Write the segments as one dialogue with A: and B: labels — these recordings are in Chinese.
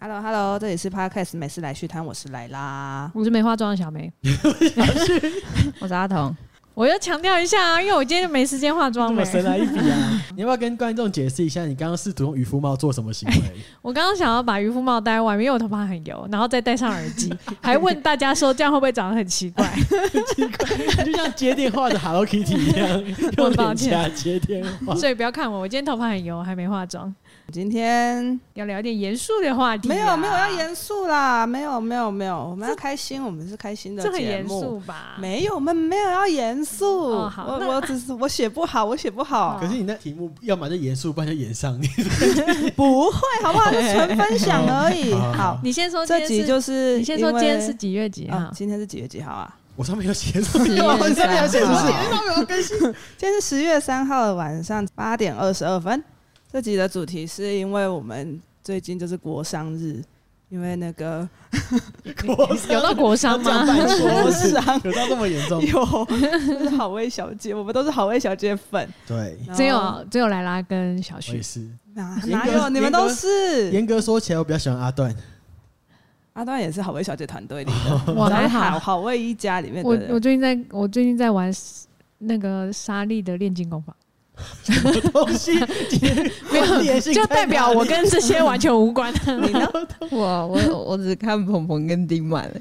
A: Hello Hello，这里是 Podcast 美式来续摊，我是来啦。
B: 我是没化妆的小梅，
C: 我是阿童，
B: 我要强调一下啊，因为我今天没时间化
D: 这
B: 妆
D: 么
B: 了。
D: 神来一笔啊！ 你要不要跟观众解释一下，你刚刚试图用渔夫帽做什么行为？
B: 我刚刚想要把渔夫帽戴外面，因为我头发很油，然后再戴上耳机，还问大家说这样会不会长得很奇 怪？
D: 你就像接电话的 Hello Kitty 一样，用脸颊接电 话。
B: 所以不要看我，我今天头发很油，还没化妆。
A: 今天
B: 要聊一点严肃的话题啊，
A: 没有没有要严肃啦，没有没有没有，我们要开心，我们是开心的
B: 这很
A: 节
B: 严
A: 目
B: 肃。吧？
A: 没有，我们没有要严肃。
B: 哦好
A: 我
B: 那
A: 我只是我写不好，我写不
B: 哦
A: 好，
D: 可是你那题目，要么就严肃，不然就演上你。
A: 不会，好不 好？就纯分享而已。
D: 好
A: 好，
B: 你先说今
A: 这
B: 天是，
A: 集就是
B: 你先说今天是
A: 因
B: 几月几
A: 为
B: 号
A: 啊，？今天是几月几号啊？
D: 我上面有写 错，
C: 十月
B: 啊
D: 我上面有写
C: 三
D: 错
C: 号。
A: 今天是十月三号的晚上八点二十二分。这集的主题是因为我们最近就是国商日，因为那个
D: 国
B: 有到国 商吗？啊
D: 国
A: 商
D: 有到这么严重？
A: 有就是好味小姐，我们都是好味小姐粉，
D: 对，
B: 只有啊只有莱拉跟小
D: 我
B: 旭
D: 也，是。
A: 哪
D: 严
A: 哪
D: 格
A: 有你们都是
D: 严格说起来，我比较喜欢阿段。
A: 阿端也是好味小姐团队里 的，
B: 我还
A: 好
B: 好。
A: 好味一家里面
B: 我
A: 的
B: 我
A: 人。
B: 最近在我最近在玩那个莎莉的炼金工坊。
D: 东西今天
B: 没
D: 关联 性
B: 有，就
D: 在
B: 代
D: 哪里
B: 表我跟这些完全无 关。
A: 你呢？
C: 我我我只看鹏鹏跟丁满了，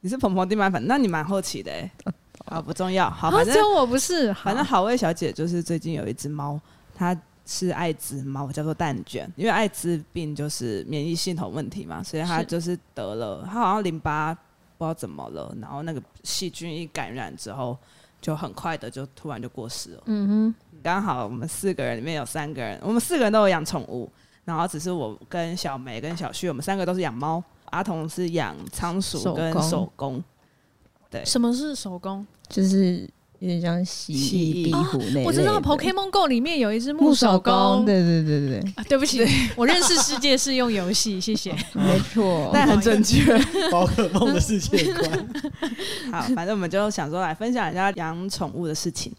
A: 你是蓬蓬地板粉，那你蛮好奇的欸
D: 呃
A: 啊，不重要。好，
B: 啊
A: 反
B: 只
A: 正
B: 有我不是，
A: 反正
B: 好
A: 好味小姐就是最近有一只猫，它是艾滋猫，叫做蛋卷，因为艾滋病就是免疫系统问题嘛，所以它
B: 是
A: 就是得了，它好像淋巴不知道怎么了，然后那个细菌一感染之后，就很快的就突然就过世了。
B: 嗯
A: 刚好我们四个人里面有三个人，我们四个人都有养宠物，然后只是我跟小梅跟小旭，我们三个都是养猫，阿童是养仓鼠
C: 手
A: 跟
C: 工
A: 手工，对
B: 哼，，什么是手工？
C: 就是有点像蜥
A: 蜥
C: 蜴、
A: 蜴
C: 壁虎那类的。
B: 我知道 Pokemon Go 里面有一只
C: 木
B: 手
C: 手
B: 工
C: 工，。对对对对，
B: 啊对不起，我认识世界是用游戏，谢谢。
C: 没错。
A: 但很准确。
D: 宝可梦的世界观。
A: 好，反正我们就想说来分享一下养宠物的事情。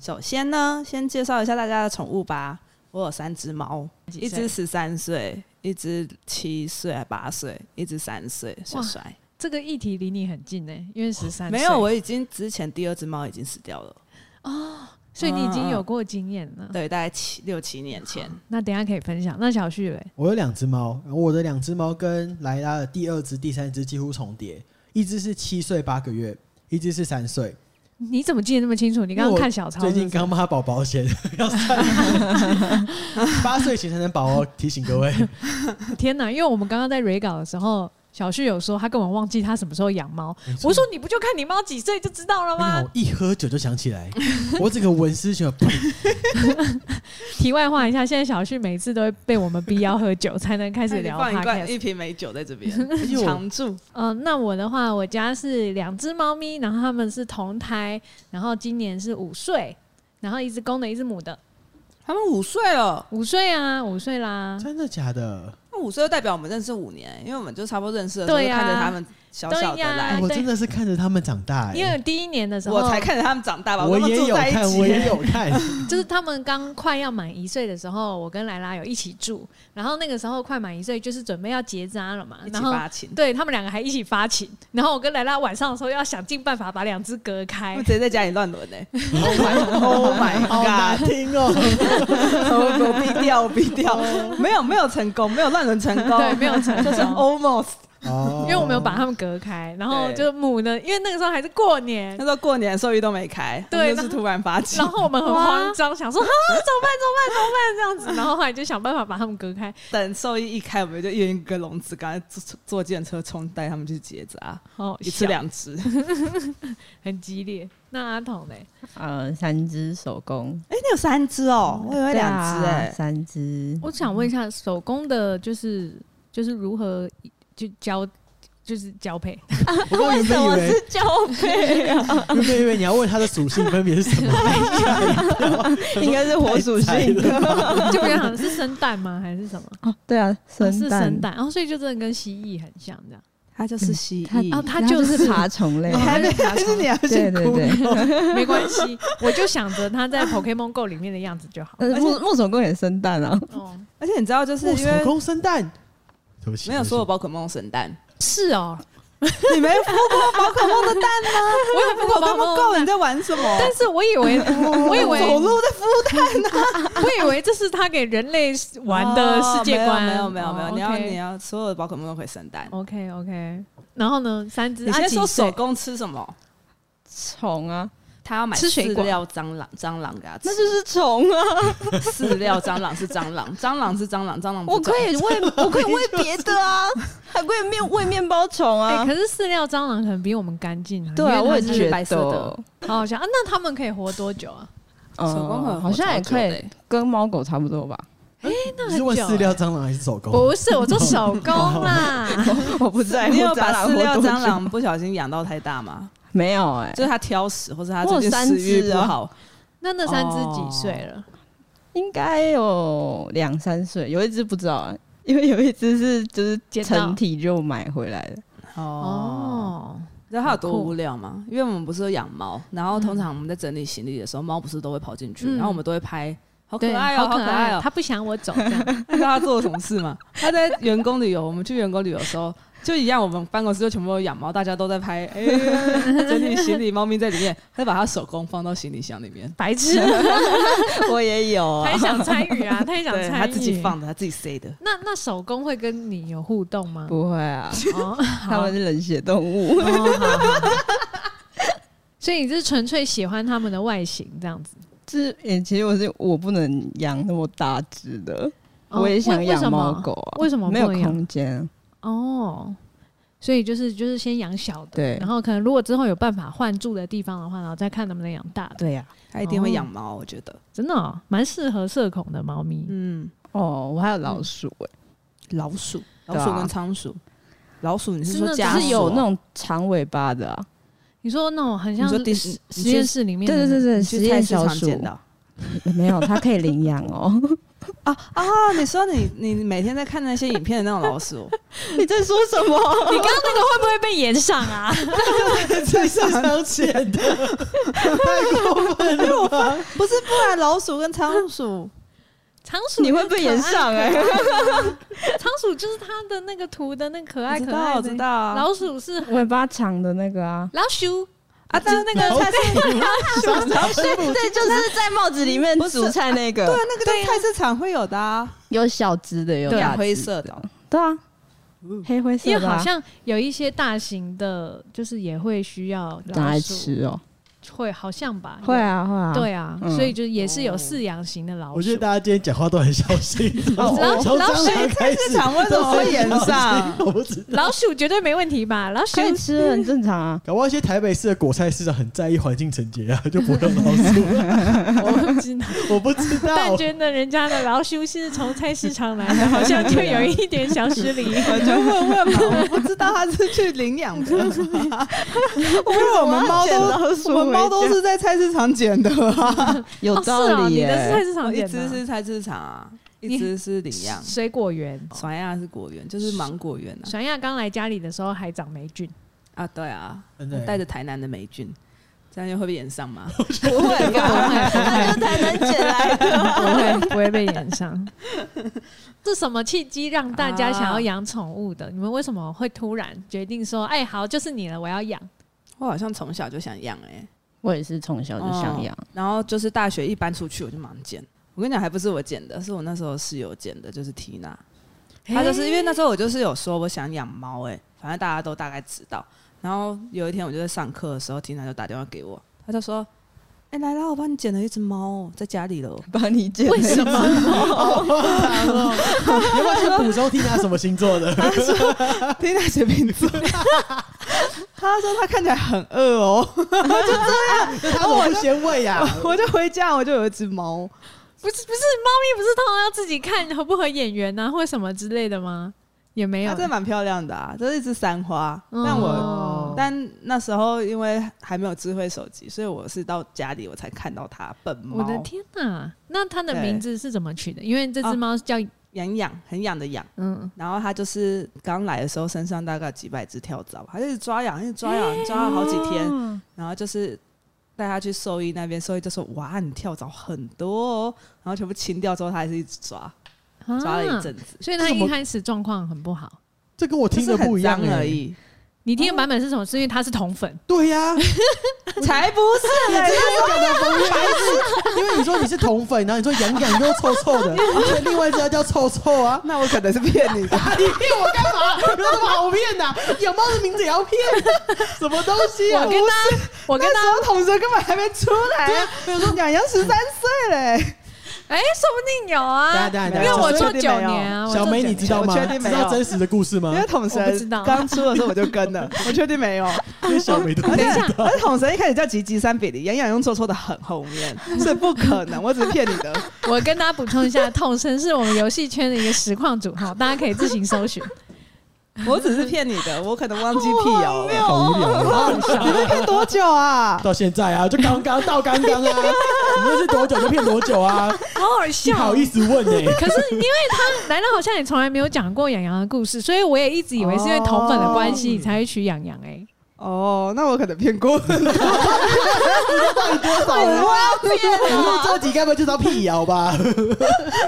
A: 首先呢，先介绍一下大家的宠物吧。我有三只猫，一只十三岁，一只七岁还八岁，一只三岁，帅
B: 哇
A: 帅。
B: 这个议题离你很近呢，因为十三
A: 没有，我已经之前第二只猫已经死掉了，
B: 所以你已经有过经验了。
A: 对，大概七六七年前。
B: 那等一下可以分享。那小旭嘞，
D: 我有两只猫，然后我的两只猫跟莱拉的第二只、第三只几乎重叠，一只是七岁八个月，一只是三岁。
B: 你怎么记得那么清楚？你刚刚
D: 因为我
B: 看小超
D: 最
B: 是不是
D: 近刚帮他保 保险，要算日八岁前才能保哦，提醒各位。
B: 天哪，因为我们刚刚在 re 稿的时候，小旭有说他根本忘记他什么时候养猫。我说你不就看你猫几岁就知道了
D: 真
B: 吗
D: 的，我？一喝酒就想起来，我整个文思泉 涌。
B: 题外话一下，现在小旭每一次都会被我们逼要喝酒才能开
A: 开
B: 始聊
A: 放一罐
B: podcast。
A: 一瓶美酒在这 边
D: 我
A: 常驻，
B: 嗯、那我的话，我家是两只猫咪，然后它们是同胎，然后今年是五岁，然后一只公的，一只母的，
A: 他们五岁了，
B: 五岁啊，五岁啦，
D: 真的假的？
A: 那五岁就代表我们认识五年，因为我们就差不多认识的时候，
B: 对
A: 就
B: 呀
A: 看着他们小小的
B: 对呀
A: 来
B: 哎，
D: 我
B: 对
D: 真的是看着他们长大、
B: 因为
D: 哎，
B: 第一年的时候，
A: 我才看着他们长大吧，
D: 我
A: 跟他们
D: 也
A: 住
D: 有
A: 在一起
D: 看，我 也有 看。
B: 就是他们刚快要满一岁的时候，我跟莱拉有一起住，然后那个时候快满一岁，就是准备要结扎了嘛
A: 一，起
B: 然后
A: 发情。
B: 对他们两个还一起发情，然后我跟莱拉晚上的时候要想尽办法把两只隔
A: 他
B: 开
A: 们，直接在家里乱伦呢 Oh my
D: 好难
A: god！
D: 听 哦、
A: 我 Oh 我逼掉，我逼掉，没有没有成功，没有乱伦成功，
B: 对没有成 功
A: 就是 almost。
D: 哦
B: 因为我没有把它们隔开。然后
A: 对
B: 就母呢，因为那个时候还是过年
A: 那，时候过年兽医都没开，
B: 对
A: 就是突然发起
B: 然。后我们很慌张，想说啊怎么办怎么办怎么办这样子，然后后来就想办法把他们隔开。
A: 等兽医一开，我们就一人一个笼子，赶快坐坐计程车冲带他们去结扎，
B: 哦，
A: 一次两只。 哎、
B: 很激烈。那阿童嘞？
C: 呃，三只手工，
A: 你有三只哦，我以为
C: 对
A: 两
C: 啊
A: 只哎、
C: 三只，
B: 我想问一下，手工的就是就是如何就交就是交配？
D: 不过原本以为
C: 交配啊？
D: 原本以为你要问它的属性分别是什么，
C: 应该是火属性的。
B: 就比较好是生蛋吗？还是什么？
C: 哦， 对啊，
B: 哦
C: 生
B: 是
C: 蛋
B: 生，蛋，然后所以就真的跟蜥蜴很像这样。
A: 它就是蜥
C: 嗯
A: 蜴。
B: 哦，它
C: 它
B: 就哦
C: 就是是
B: 爬，
C: 爬虫类
A: 你。还没还是你要
C: 对
A: 去
C: 对
A: 哭？
C: 对，
B: 没关系，我就想着它在 Pokemon Go 里面的样子就好。
C: 但是木木手工也生蛋啊。
B: 哦，
A: 而且你知道，就是
D: 木
A: 因为
D: 手工生蛋，对不起，
A: 没有
D: 对不起
A: 所有宝可梦生 蛋，
B: 是哦，
A: 你没孵过宝可梦的蛋吗？
B: 我也不
A: 宝可
B: 过
A: 梦
B: 猫
A: 够，
B: 猫
A: 你，在玩什么？
B: 但是我 以为，我以
A: 走
B: 为，
A: 路在孵
B: 我以为这是他给人类玩的世界观。
A: 哦
B: 哦
A: 没有没有没有，没有你要你
B: 要
A: 要所有的宝可梦都可以生蛋。
B: OK OK。然后呢，三只，
A: 你
B: 啊
A: 先
B: 几
A: 说
B: 岁
A: 手工吃什么？
C: 虫啊，
A: 他要买
B: 吃水
A: 饲
B: 果
A: 料蟑螂，蟑螂给他吃
C: 那。就是虫啊！
A: 饲料蟑螂是蟑螂，蟑螂是蟑螂，蟑螂不
C: 我可
A: 蟑
C: 以喂， 我可以喂别的啊， 还可以面喂面包虫
B: 哎、
C: 啊
B: 可。是饲料蟑螂可能比我们干净啊。
C: 对啊，
B: 因为
C: 我
B: 它
C: 也
B: 是
C: 觉
A: 白色的
C: 得，
B: 好好笑啊。那他们可以活多久 啊？
C: 嗯
A: 手工很
C: 好像也可
A: 活超久的
C: 以
A: 欸，
C: 跟猫狗差不多吧？
A: 哎
B: 那
D: 你
B: 很
D: 是
B: 久、
D: 问饲料
B: 欸
D: 蟑螂还是手工？
B: 不是，我做手 工啦。
A: 哦
C: 我不在
A: 螂。
C: 乎
A: 你有
C: 蟑
A: 把
C: 螂
A: 饲
C: 活
A: 料
C: 多久
A: 蟑螂不小心养到太大吗？
C: 没有哎
A: 就，是它挑食，或者它
C: 我有
A: 最近
C: 三
A: 食欲
C: 只
A: 不
C: 啊
A: 好，
B: 那那三只几岁了？
C: 应该有两三岁，有一只不知道、欸， 因为有一只是就是
B: 捡到
C: 成体就买回来的，
A: 哦，
B: 哦，
A: 你知道它有多
B: 好酷
A: 无聊吗？因为我们不是有养猫，然后通常我们在整理行李的时候，猫不是都会跑进去，
B: 嗯
A: 然后我们都会拍，好可
B: 对，
A: 爱
B: 好
A: 哦，好可爱哦。
B: 他不想我走，这样
A: 他知道他做了什么事吗？ 他在员工旅游，我们去员工旅游的时候，就一样，我们办公室就全部都有养猫，大家都在拍，哎、整理行李，猫咪在里面，他就把他手工放到行李箱里面。
B: 白痴，
C: 我也有
B: 他也想参与啊，他也想参
A: 对
B: 与，
A: 他自己。放的，他自己塞的。
B: 那那手工会跟你有互动吗？
C: 不会啊，
B: 哦，
C: 它
B: 他
C: 们是冷血动物，
B: 哦，好好 好所以你是纯粹喜欢他们的外形这样子？
C: 就是、欸、其实我是我不能养那么大只的，
B: 哦
C: 我也想
B: 为为
C: 养
B: 什么
C: 猫狗啊，
B: 为什么不
C: 没有
B: 能养
C: 空间？啊
B: 哦，所以就是就是先养小的，
C: 对
B: 然后可能如果之后有办法换住的地方的话，然后再看能不能养大的。
C: 对呀、
A: 他一定会养猫，我觉得。
B: 真的哦蛮、适合社恐的猫咪。
A: 嗯，
C: 哦，我还有老鼠、欸，
A: 老鼠，
C: 对
A: 老
C: 啊
A: 鼠跟仓鼠，老鼠你是
B: 是
A: 说
B: 那
A: 家
B: 只
C: 是
A: 鼠
C: 有
A: 哦
C: 那种长尾巴的、啊，
B: 你说那种很
A: 你
B: 像
A: 说第
B: 实
A: 十
B: 实验室里面
C: 对
B: 的那
C: 对
B: 种，
C: 对对，
A: 你
C: 实
A: 去菜
C: 验
A: 市
C: 小
A: 场
C: 鼠
A: 捡到
C: 没有，它可以领养哦。
A: 啊啊！你说你你每天在看那些影片的那种老 鼠，
C: 你在说什 么？
B: 你刚刚那个会不会被延上啊？
D: 这是想捡的，太过分了吧！
A: 不是不然老鼠跟仓鼠，
B: 仓鼠
C: 你会被延上哎、欸
B: 欸， 仓鼠就是它的那个图的那可爱
A: 我知
B: 可
A: 道
B: 爱
A: 我
B: 的
A: 知，道啊
B: 老鼠是
C: 尾巴长的那个啊，
B: 老鼠，
A: 啊，但是那个菜市
C: 对对，就是在帽子里面
A: 不是
C: 煮菜那
A: 对
C: 个
A: 啊，，那个在菜市场会有的啊，
C: 有小只的，有大
A: 养
C: 只
A: 灰，色的哦。
C: 啊对啊，黑灰
B: 因
C: 色
B: 为
C: 的
B: 好
C: 啊，
B: 像有一些大型的，就是也会需要
C: 拿
B: 老
C: 来
B: 鼠，
C: 吃哦，
B: 会好像吧？
C: 会啊会啊，
B: 对啊，
C: 嗯
B: 所以就是也是有饲养型的老鼠。
D: 我觉得大家今天讲话都很小心，从
B: 老
D: 从
B: 老鼠
D: 蟑 螂开
A: 市
D: 始，
A: 场为什么会演上？
D: 我不知道。。
B: 老鼠绝对没问题吧？老 鼠
C: 可以吃很正常啊
D: 搞不好一些台北市的果菜市场很在意环境整洁啊，就不会有老鼠。
B: 我不知道，
D: 我不知道
B: 但，觉得人家的老鼠是从菜市场来的，好像就有一点小失礼。
A: 我就问问嘛，我不知道他是去领养的， 因为我们猫
C: 捡
A: 都
C: 老鼠回家
A: 我们猫都是在菜市场捡的啊，
C: 有
B: 哦，是哦，
C: 道理
B: 你的是菜
C: 耶，
B: 市场
A: 一
B: 捡的
A: 只是菜市场啊，一只是领养。
B: 水果园。
A: 甩亚是果园，就是芒果园啊！
B: 小亚刚来家里的时候还长霉菌，
A: 啊，对啊，
D: 真的耶
A: 带着台南的霉菌，这样又会被演上 吗？
C: 不会吧？那就才能捡来的。
B: 不会不会被延上。是什么契机让大家想要养宠物的？你们为什么会突然决定说，哎，好，就是你了，我要养？
A: 我好像从小就想养哎、
C: 我也是从小就
B: 哦
C: 想养，
A: 然后就是大学一搬出去我就忙捡。我跟你讲，还不是我捡的，是我那时候室友捡的，就是缇娜。她就是因为那时候我就是有说我想养猫哎，反正大家都大概知道。然后有一天我就在上课的时候，缇娜就打电话给我，她就说：“哎、来啦，我帮你捡了一只猫哦，在家里了 哦。
C: 帮你剪。
B: 为什么？
D: 你要不要先补充听他什么星座的？
A: 她说：“缇娜水瓶座。”她说：“她看起来很饿 哦。
D: 那他怎
B: 哦
D: 么不先喂呀、”
A: 我就回家，我就有一只猫。
B: 不是不是，猫咪不是通常要自己看合不合眼缘啊，或什么之类的吗？也没有
A: 它真的蛮漂亮的啊，这是一只三花。
B: 嗯
A: 但我
D: 哦
A: 但那时候因为还没有智慧手机，所以我是到家里我才看到它笨猫。
B: 我的，天哪！那它的
A: 对名
B: 名字是怎么取的？因为这
A: 只
B: 只猫叫、
A: 很痒，很痒的痒。
B: 嗯，
A: 然后它就是刚来的时候，身上大概有几百只跳蚤，它就是抓痒，一直抓痒， 抓了好几天。然后就是带它去兽医那边，兽医就说：“哇，你跳蚤很多哦。”然后全部清掉之后，它还是一直抓，哦抓了一，阵子，
B: 啊所以它
D: 这怎
B: 一
D: 么
B: 开始状况很不好。
D: 这跟我
A: 就
D: 听
A: 是
D: 的
A: 很
D: 不一样
A: 脏
D: 欸
A: 而。已。
B: 你听
A: 哦
B: 的版本是什么？是因为它是铜粉，
D: 对呀、
A: 才不
D: 哎
A: 是嘞！
D: 因为你说你是同粉，然后你说痒痒又臭臭 的，所以另外一家叫臭臭啊。
A: 那我可能是骗你 的。
D: 你骗我干嘛？有什么好骗的、养猫的名字也要骗？ 什么东西啊
B: 我？跟它，我跟它，
A: 那时候同学根本还没出来啊，我 说养羊十三岁嘞。
B: 哎、说不定有啊，
D: 等一下等
B: 因
D: 一下
B: 为我
A: 小
B: 做
A: 妹
B: 九年啊，我
D: 小
B: 做
D: 梅，
B: 九
D: 你
B: 年
D: 知道吗？
A: 我确定
D: 知
A: 没有
D: 道真实的故事吗
A: 因？为统
B: 啊我不知
A: 神
B: 道
A: 刚出的时候我就跟了，我确定 没有。
D: 因为小梅 都
A: 而且
B: 等一下
A: 而且统神一开始叫吉吉三比零，杨洋用错错的很后面，所以不可能，我只是骗你的。
B: 我跟大家补充一下，痛声是我们游戏圈的一个实况组 号，大家可以自行搜寻。
A: 我只是骗你的，我可能忘记辟谣了。
D: 好无聊啊！
A: 你们骗多久啊？
D: 到现在啊，就刚刚到刚 刚啊，你们是多久就骗多久啊？
B: 好好
D: 你好意思问欸呢、
B: 可是因为他来了，好像也从来没有讲过养羊的故事，所以我也一直以为是因为同粉的关系，你才会取养羊哎。
A: 哦，那我可能骗过很多。
D: 多少人？我们
C: 哦
D: 这集该不会就是要辟谣吧？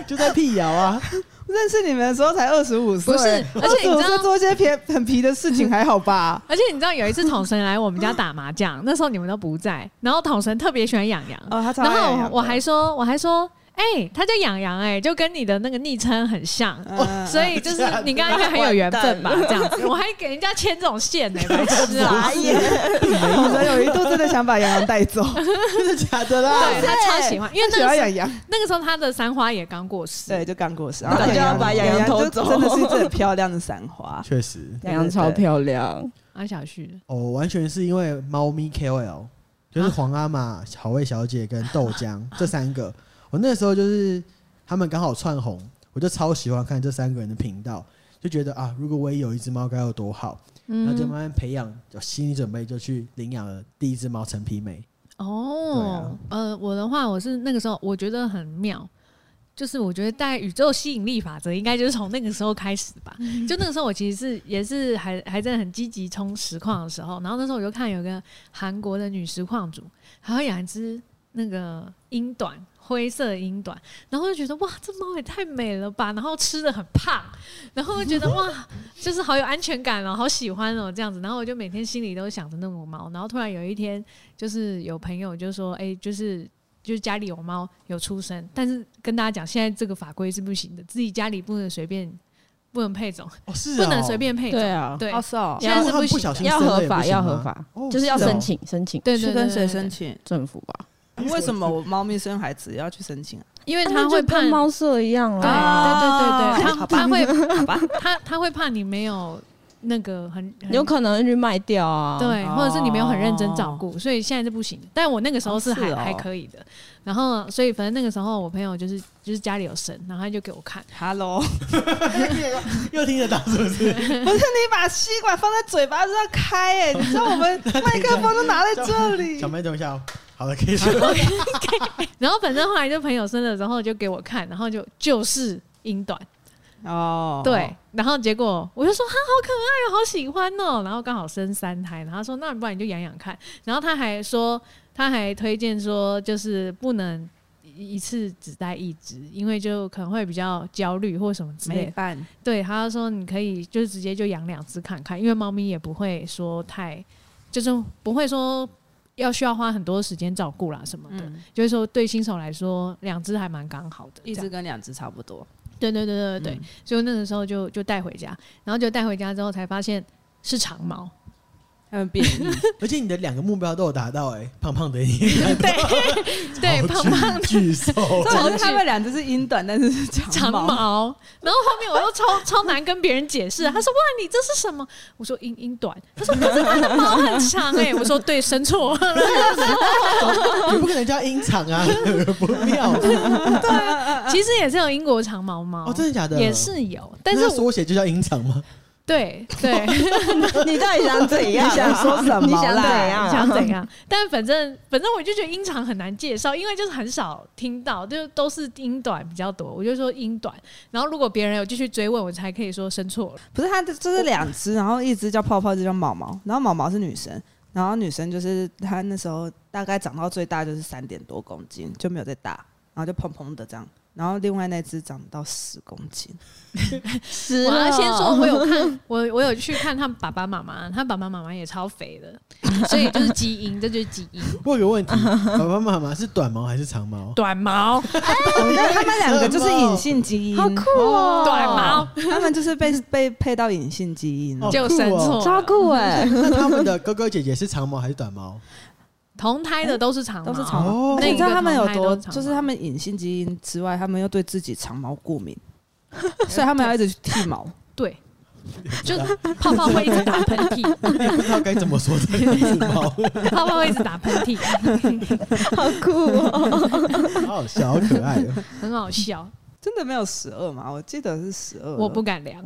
D: 就在辟谣啊！
A: 认识你们的时候才二十五岁，
B: 不是而且你知
A: 25
B: 道
A: 岁做一些皮很皮的事情还好吧？
B: 而且你知道有一次统神来我们家打麻将，那时候你们都不在，然后统神特别喜欢养羊，
A: 哦，他超
B: 然
A: 爱养
B: 后
A: 羊的
B: 我还说我还说，哎、他叫养羊哎，就跟你的那个昵称很像。
A: 嗯
B: 所 以就是你刚刚应该很有缘分吧，这样子，我还给人家牵这种线 呢、白痴啊！
A: 嗯统神有一度真的想把羊羊带走，
D: 真的假的啦？。
B: 对他超喜欢，因为
A: 他
B: 那
A: 喜
B: 个
A: 欢
B: 时候
A: 养羊。
B: 那个时候他的三花也刚过世，
A: 对，就刚过世，然
C: 那
A: 后
C: 就要把
A: 养
C: 洋洋偷
A: 就
C: 走
A: 真的是一只很漂亮的散花
D: 确实
C: 洋洋超漂亮，
B: 安啊小旭
D: 哦，完全是因为猫咪 KOL，就是黄阿玛、好味小姐跟豆 浆这三个。我那时候就是他们刚好窜红，我就超喜欢看这三个人的频道，就觉得啊，如果我也有一只猫该有多好。
C: 嗯
D: 那就慢慢培养，有心理准备就去领养了第一只猫陈皮梅。
B: 哦，呃，我的话，我是那个时候我觉得很妙，就是我觉得在宇宙吸引力法则应该就是从那个时候开始吧。就那个时候我其实是也是还还在很积极冲实况的时候，然后那时候我就看有个韩国的女实况主，还会养一只那个英短。灰色的英短，然后就觉得哇，这猫也太美了吧！然后吃的很胖，然后就觉得哇， 就是好有安全感哦，好喜欢哦这样子。然后我就每天心里都想着那种猫。然后突然有一天，就是有朋友就说，哎、就是就是家里有猫有出生，但是跟大家讲，现在这个法规是不行的，自己家里不能随便不能配种，
D: 哦，是
B: 不能随。便配种，
C: 对啊，
B: 对
A: 好少，
B: 现在是
D: 他们
B: 行
D: 不小
B: 的
D: 心
C: 要
D: 生了
C: 合
D: 也不
C: 法，
D: 行
C: 要
D: 吗
C: 合法
D: 哦，
C: 啊就是要
D: 哦
C: 申请申请
B: 对对
A: 去
B: 对
A: 跟
B: 对
A: 谁
B: 对
A: 申请？
C: 政府吧，
A: 为什么我猫咪生孩子要去申请啊？
B: 因为他会怕
C: 跟猫舍一样
B: 对
A: 啊
B: 对对
C: 啊，
B: 对对，
A: 好
B: 他
A: 吧
B: 他会好吧，他他会怕你没有那个很很
C: 有可能去卖掉啊，
B: 对，或者是你没有很认真照
A: 哦
B: 顾，所以现在是不行的。但我那个时候是
A: 哦是
B: 还、
A: 哦
B: 还可以的。然后，所以反正那个时候我朋友就是就是家里有神，然后他就给我看，
A: Hello，
D: 又听得到是不是？
A: 不是你把吸管放在嘴巴上开哎、你知道我 们麦克风都拿在这里
D: 小。妹等一下哦，好了，可以说。
B: 然后反正后来就朋友生了之后就给我看，然后就就是英短，
A: 哦，
B: 对，然后结果我就说哈好可爱哦，好喜欢哦，然后刚好生三胎，然后他说那不然你就养养看，然后他还说他还推荐说就是不能。一一次只带一只，因为就可能会比较焦虑或什么之类
A: 没
B: 的。
A: 办，
B: 对，他就说你可以就是直接就养两只看看，因为猫咪也不会说太，就是不会说要需要花很多时间照顾啦什么的，
A: 嗯，
B: 就是说对新手来说，两只还蛮刚好的。
A: 一嗯
B: 这
A: 只
B: 样
A: 跟两只差不多。
B: 对对对对对，所以我那个时候就就带回家，然后就带回家之后才发现，是 长毛，
A: 他们 变异，
D: 而且你的两个目标都有达到、欸，哎，胖胖的你 也达到，
B: 对，胖胖的
D: 巨瘦，
A: 重点是他们俩就是英短，但是是长
B: 长
A: 毛。
B: 毛。然后后面我又超 超难跟别人解
A: 嗯
B: 释，他说：“哇，你这是什么？”我说：“英英短。”他说：“可是它的毛很长哎、我说：“对，生错了。
D: 你不可能叫鹰场啊，不 妙。”
A: 啊
B: 其实也是有英国长毛猫，
D: 哦，真的假的？
B: 也，是有，但是
D: 那
B: 我
D: 缩写就叫鹰场吗？
B: 对对，
C: 你到底想怎样啊？
A: 你想说什么啦
C: 你想怎样？
B: 想怎？样？但反正反正我就觉得音长很难介绍，因为就是很少听到，就都是音短比较多。我就说音短，然后如果别人有继续追问，我才可以说生错了。
A: 不是，它就是两只，然后一只叫泡泡，一只叫毛毛，然后毛毛是女生，然后女生就是她那时候大概长到最大就是三点多公斤，就没有再大，然后就蓬蓬的这样。然后另外那只长到十公斤，
C: 是啊
B: 我要先说，我有看， 我我有去看他们爸爸妈妈，他爸爸妈妈也超肥的，所以就是基因，这就是基因。
D: 我有个 问题，爸爸妈妈是短毛还是长毛？
B: 短毛，
A: 那他们两个就是隐性基因，
C: 好
A: 啊
C: 酷哦，
B: 短毛，
A: 他们就是被被配到隐性基因。
D: 哦
B: 就生错
C: 超
B: 了。
C: 酷哎！
D: 那他们的哥哥姐姐是长毛还是短毛？
B: 同胎的都是长毛，
A: 都是长
D: 毛哦
A: 而且你知道他们有
B: 那一个
A: 多，
B: 同胎都长毛
A: 就是他们隐性基因之外，他们又对自己长毛过 敏，所以他们要一直去剃毛。
B: 对，就泡泡会一直打喷嚏。
D: 你也不知道该怎么说这个长 毛，
B: 泡泡会一直打喷嚏，
C: 好酷哦！
D: 好好笑，好可爱哦。
B: 很好笑，
A: 真的没有十二吗？我记得是十二。
B: 我不敢 量，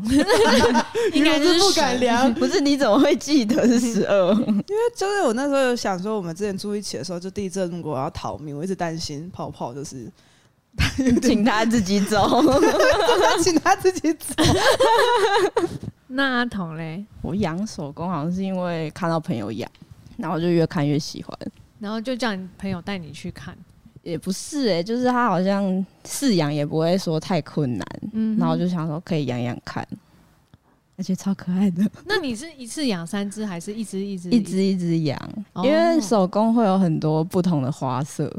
B: 应该
D: 嗯你
B: 是
D: 们不敢量，
C: 不是你怎么会记得是十二？
A: 就是我那时候有想说，我们之前住一起的时候，就地震如果要逃命，我一直担心泡泡就是
C: 请他自己走。
A: 请他自己走。
B: 那阿童嘞，
C: 我养手工好像是因为看到朋友养，然后就越看越喜欢。
B: 然后就叫你朋友带你去看，
C: 也不是哎、就是它好像饲养也不会说太困难，
B: 嗯
C: 然后我就想说可以养养看，而且超可爱的，
B: 那你是一次养三只，还是一只一只
C: 一直一直养，
B: 哦
C: 因为手工会有很多不同的花色，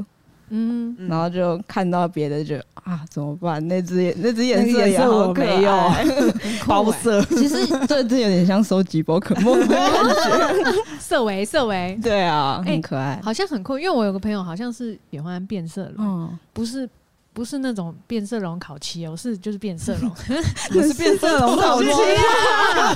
B: 嗯，
C: 然后就看到别的就啊怎么办？那只也那只
A: 那
C: 颜
A: 个
C: 色也
A: 颜色
C: 好
A: 我
C: 可
A: 没有
C: 爱，包色。 其实这只有点像收集宝可梦的感觉，
B: 色违色违，
C: 对 啊，
B: 哎
C: 很可爱。
B: 好像很酷，因为我有个朋友好像是喜欢变色龙，
C: 嗯，
B: 不是。不是那种变色龙烤漆哦，是就是变 色龙，
A: 我是变色龙早期 啊，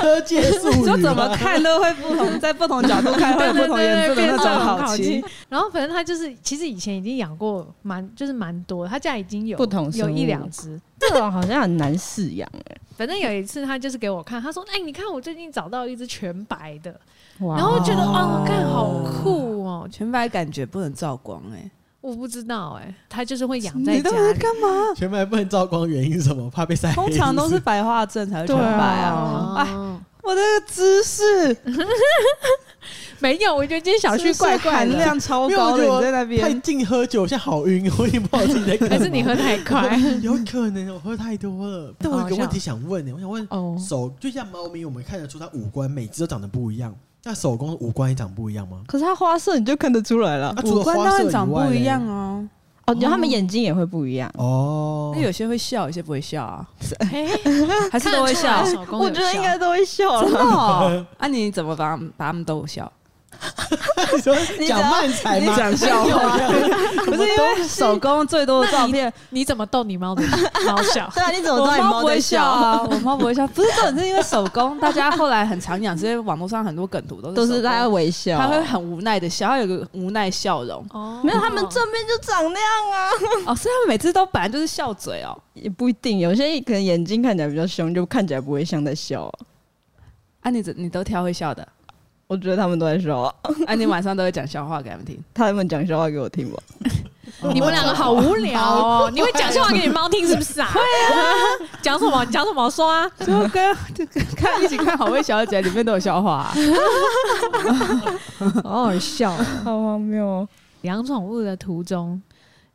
D: 车界术语，
A: 就怎么看都会不 同，在不同角度看会有不同颜色的那种好奇。。
B: 然后反正他就是，其实以前已经养过蛮，就是蛮多，他家已经有
C: 不同
B: 有
C: 生
B: 一
C: 物
B: 两只，
C: 这种好像很难饲养
B: 反正有一次，他就是给我看，他说：“哎、你看我最近找到一只全白的。”
C: 哎，哇
B: 然后觉得哦，看好酷哦！
A: 全白感觉不能照光哎、
B: 我不知道哎、他就是会养在
A: 你
B: 家
A: 到底在
B: 里。
A: 干嘛？
D: 全白不能照光，原因是什么？怕被晒黑。
A: 通常都是白化症才会全白啊！
B: 哦
A: 我这个知识
B: 没有，我觉得今天小旭怪怪
A: 含
B: 的，
A: 量超
D: 没有
A: 高
D: 我
A: 的，
D: 觉得
A: 你在那
D: 不是太
A: 边
D: 近喝酒，我现在好晕，我也不知道自己在干嘛。
B: 还是你喝太快？
D: 有可能我喝太多了。但我有个问题想问欸你，我想问
C: 哦
D: 手，就像猫咪，我们看得出它五官每只都长得不一样，那手工的五官也长不一样吗？
C: 可是它花色你就看得出来了
D: 啊，除
A: 五
D: 了
A: 官
D: 花
A: 当
D: 色
A: 然
D: 以
A: 长
D: 外
A: 不
D: 嘞
A: 一样哦。
C: 哦，就它们眼睛也会不一样。
D: 哦
A: 那。有些会笑，有些不会笑啊，
B: 哎
A: 还是都会笑
B: 看得。出来手工有
C: 我觉得
B: 效
C: 应该都会笑
A: 真的、
C: 了。
A: 哦？啊，你怎么把他们把他们逗笑？
D: 你说
C: 你
D: 讲
C: 只要
D: 慢才
A: 你
D: 吗？
A: 讲笑话， 不是因为手工最多的照片，
B: 你怎么逗你猫的猫笑？。
C: 对啊，你怎
A: 我
C: 么知道你
A: 猫不
C: 在
A: 会笑？啊，我猫不会笑，不是重点是因为手工，大家后来很常养，所以网络上很多梗图都是手
C: 都是
A: 工
C: 大家微笑，
A: 他会很无奈的笑，他有个无奈笑容
B: 哦
C: 没有，他们正面就长那样啊，
A: 哦，所以他们每次都本来就是笑嘴哦。
C: 也不一定。有些可能眼睛看起来比较凶，就看起来不会像在笑啊。
A: 啊，你怎你都挑会笑的，
C: 我觉得他们都在笑啊，
A: 啊，你晚上都会讲笑话给他们听。
C: 他们讲笑话给我听吧。
B: 你们两个好无聊哦！你会讲笑话给你猫听是不是啊？会啊，讲什么讲什么说啊？
A: 就跟就跟看一起看《好味小姐》里面都有笑话、啊，
B: 好好笑。
C: 好荒谬哦！
B: 养宠物的途中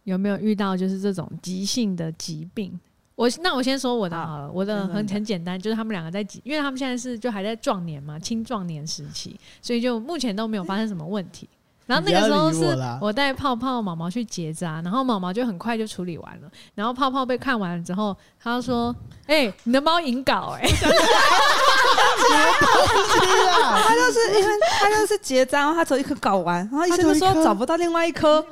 B: 有没有遇到就是这种急性的疾病？我那我先说我的好了，我的
A: 先说
B: 很
A: 你的
B: 很简单，就是他们两个在急，因为他们现在是就还在壮年嘛，青壮年时期，所以就目前都没有发生什么问题。然后那个时候
D: 你不要理我
B: 是
D: 啦
B: 我带泡泡毛毛去结扎，然后毛毛就很快就处理完了。然后泡泡被看完之后，他就说：“哎、你的猫引稿哎、
A: 他就是因为他就是结扎，然后他只有一颗搞完，然后医生就
D: 他只有一颗
A: 说找不到另外一颗，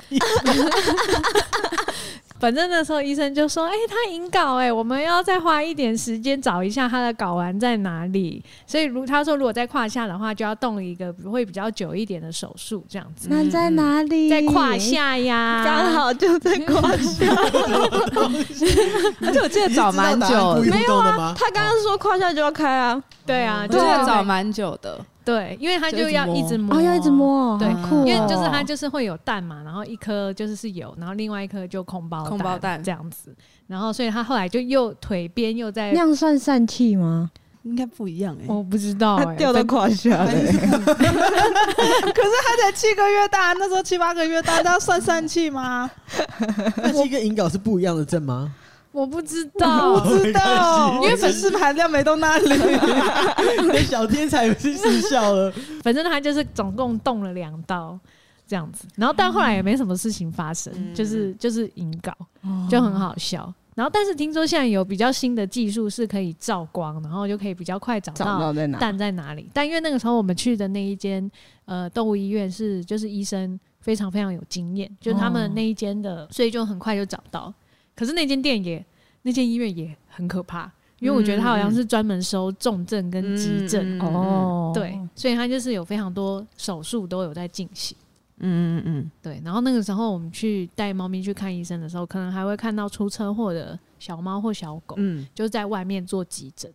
B: 反正那时候医生就说：“哎、他引稿哎、我们要再花一点时间找一下他的睾丸在哪里。”所以如他说，如果在胯下的话，就要动一个会比较久一点的手术，这样子
C: 那在哪里？
B: 在胯，下呀，
C: 刚好就在胯下。
A: 而且我记得找蛮久
D: 故
A: 的
D: 意，互动的吗？
C: 他刚刚说胯下就要开啊，
B: 对啊，
A: 我记
B: 就是
A: 得找
B: 在
A: 蛮久的，
B: 对，因为他
A: 就
B: 就
A: 一直
B: 要一
A: 摸
B: 直摸，
C: 哦，要一直摸，
B: 对
C: 好酷
B: 因
C: 哦
B: 为就是它就是会有蛋嘛，然后一颗就是是有，然后另外一颗就空包
A: 空包蛋
B: 这样子，然后所以他后来就又腿边又在
C: 那，样算疝气吗？
A: 应该不一样哎、
B: 我不知道、
C: 他
B: 欸，
C: 掉到
B: 反
C: 胯下了，
A: 可是他才七个月大，那时候七八个月大，那算疝气吗？
D: 那是一个引睾是不一样的症吗？
B: 我不知 道，
A: 不知道，
B: 因为
A: 粉丝含量没到那里。
D: 那小天才是失效了，
B: 反正他就是总共动了两刀。这样子，然后但后来也没什么事情发生，
A: 嗯哦
B: 就是就是引稿，就很好笑。然后但是听说现在有比较新的技术是可以照光，然后就可以比较快找
C: 找
B: 到
C: 不到在哪？
B: 蛋在哪里。但因为那个时候我们去的那一间呃动物医院是就是医生非常非常有经验，就是他们那一间的，嗯
A: 嗯
B: 所以就很快就找到。可是那间店也那间医院也很可怕，因为我觉得他好像是专门收重症跟急症。
A: 嗯
C: 哦，
B: 对，所以他就是有非常多手术都有在进行。
A: 嗯嗯嗯，
B: 对，然后那个时候我们去带猫咪去看医生的时候，可能还会看到出车祸的小猫或小狗，
A: 嗯，
B: 就在外面做急诊。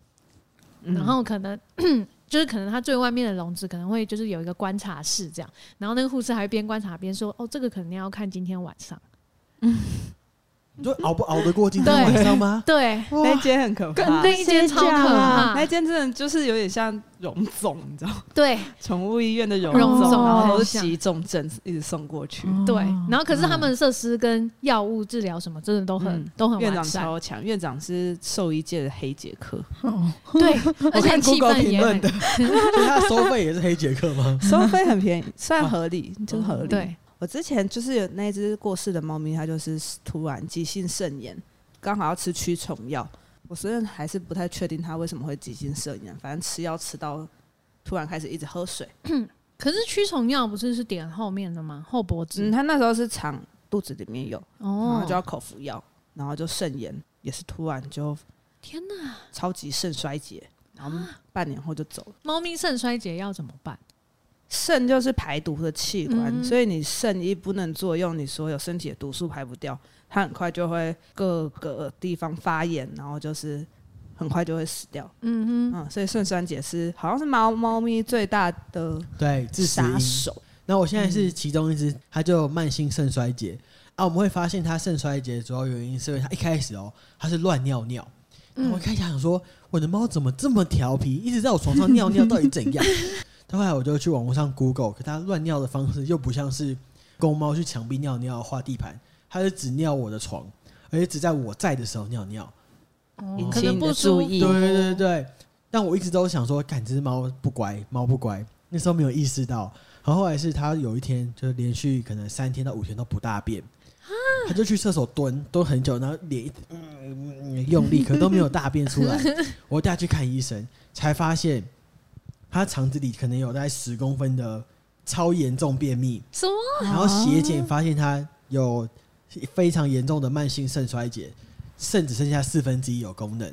B: 然后可能 就是可能它最外面的笼子可能会就是有一个观察室这样，然后那个护士还会边观察边说：“哦，这个肯定要看今天晚上。
D: 你说熬不熬得过今天晚上吗”？
B: 对，
A: 那间很可怕
B: 那，一间超可怕，
A: 那间真的就是有点像荣总，你知道吗，
B: 哎对
A: 宠物医院的荣
B: 荣
A: 总，
B: 总哦
A: 然后都
B: 很
A: 是
B: 像
A: 急重症一直送过去。
B: 对。然后可是他们的设施跟药物治疗什么真的都很
A: 嗯
B: 都很
A: 院
B: 完
A: 长
B: 善，
A: 超强，院长是兽医界的黑杰克，
B: 对，而且
D: 看
B: 气
D: Google
B: 氛也
D: 评论
B: 很
D: 的所以他的收费也是黑杰克吗？
A: 收费很便宜，算合理，就是合理。
B: 对，
A: 我之前就是有那只过世的猫咪，它就是突然急性肾炎，刚好要吃驱虫药。我虽然还是不太确定它为什么会急性肾炎，反正吃药吃到突然开始一直喝水。
B: 可是驱虫药不是是点后面的吗？后脖
A: 嗯，
B: 子
A: 它那时候是肠肚子里面有，然后
B: 哦
A: 就，要口服药，然后就肾炎也是突然就
B: 天哪！
A: 超级肾衰竭，然后半年后就走了。
B: 猫咪肾衰竭要怎么办？
A: 肾就是排毒的器官，
B: 嗯
A: 所以你肾一不能作用，你所有身体的毒素排不掉，它很快就会各个地方发炎，然后就是很快就会死掉。
B: 嗯哼，
A: 嗯，所以肾衰竭是好像是猫猫咪最大的
D: 对，致死
A: 杀
D: 因
A: 手。
D: 那我现在是其中一只，它就慢性肾衰竭啊。我们会发现它肾衰竭的主要原因是因为它一开始哦，它是乱尿尿。然后我一开始想说，我的猫怎么这么调皮，一直在我床上尿尿，到底怎样？但后来我就去网络上 Google，可它乱尿的方式又不像是公猫去墙壁尿尿、画地盘，它是只尿我的床，而且只在我在的时候尿尿。
A: 引
B: 哦可
A: 起
B: 能
A: 你
B: 不
A: 的注
B: 舒
A: 意
D: 对对对对，但我一直都想说，感知猫不乖，猫不乖。那时候没有意识到，然后后来是它有一天就是连续可能三天到五天都不大便，它就去厕所蹲蹲很久，然后脸一嗯嗯嗯用力，可都没有大便出来。我带它去看医生，才发现它肠子里可能有大概十公分的超严重便秘，
B: 什么？
D: 然后血检发现它有非常严重的慢性肾衰竭，肾只剩下四分之一有功能，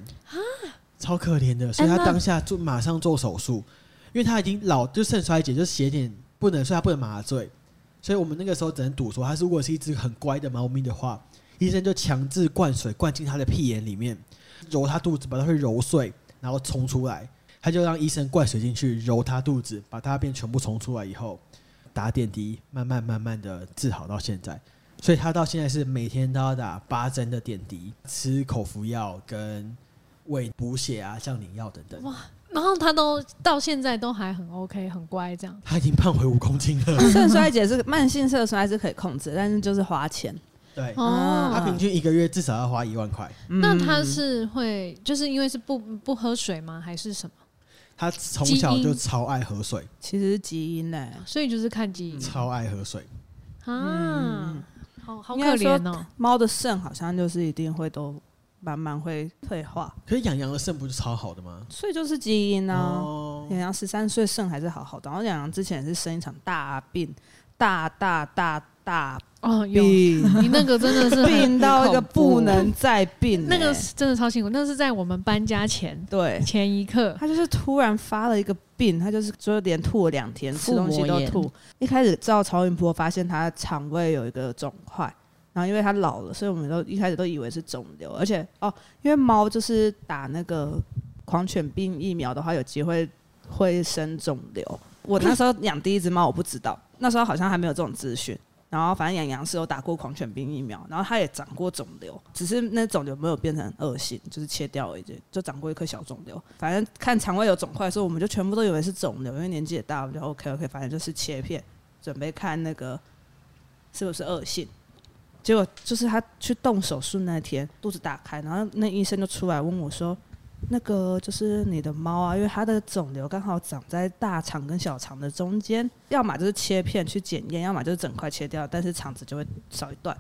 D: 超可怜的。所以他
C: 那
D: 当下做马上做手术，因为他已经老，就肾衰竭，就是血检不能，所以他不能麻醉。所以我们那个时候只能赌说，他如果是一只很乖的猫咪的话，医生就强制灌水灌进他的屁眼里面，揉他肚子，把它会揉碎，然后冲出来。他就让医生灌水进去，揉他肚子，把大便全部冲出来以后，打点滴，慢慢慢慢的治好到现在。所以他到现在是每天都要打八针的点滴，吃口服药跟喂补血啊、降凝药等等。
B: 然后他都到现在都还很 OK，很乖这样。
D: 他已经胖回五公斤 了。
A: 肾衰竭是慢性肾衰是可以控制，但是就是花 钱。
D: 对，
A: 啊
B: 哦，
D: 他平均一个月至少要花一万块。
A: 嗯
B: 那他是会就是因为是不不喝水吗？还是什么？
D: 他从小就超爱喝水，
A: 其实是基因欸嘞，
B: 所以就是看
A: 嗯
B: 基因
D: 超爱喝水。
B: 啊，好好
A: 应
B: 可
A: 该嗯说
B: 怜哦。
A: 猫的肾好像就是一定会都慢慢会退化，
D: 可是养羊的肾不是超好的吗？
A: 所以就是基因啊。
D: 哦，
A: 养羊十三岁肾还是好好的，然后养羊之前也是生一场大病，大大大大
B: 哦，有
A: 病，
B: 你那个真的是 很
A: 病到一个不能再病、
B: 那个
A: 欸
B: 是真的超辛苦，那是在我们搬家前
A: 对，
B: 前一刻，
A: 他就是突然发了一个病，他就是就连吐了两天，吃
C: 腹
A: 东西
C: 膜
A: 都
C: 炎
A: 吐。一开始照超音波发现他肠胃有一个肿块，然后因为他老了，所以我们都一开始都以为是肿瘤，而且哦，因为猫就是打那个狂犬病疫苗的话，有机会会生肿瘤。我那时候养第一只猫，我不知道，那时候好像还没有这种资讯。然后反正养羊是有打过狂犬病疫苗，然后它也长过肿瘤，只是那肿瘤没有变成恶性，就是切掉而已，就长过一颗小肿瘤。反正看肠胃有肿块的时候，我们就全部都以为是肿瘤，因为年纪也大，我们就 OK OK，反正就是切片，准备看那个是不是恶性。结果就是他去动手术那天，肚子打开，然后那医生就出来问我说：“那个就是你的猫啊，因为它的肿瘤刚好长在大肠跟小肠的中间，要么就是切片去检验，要么就是整块切掉，但是肠子就会少一段。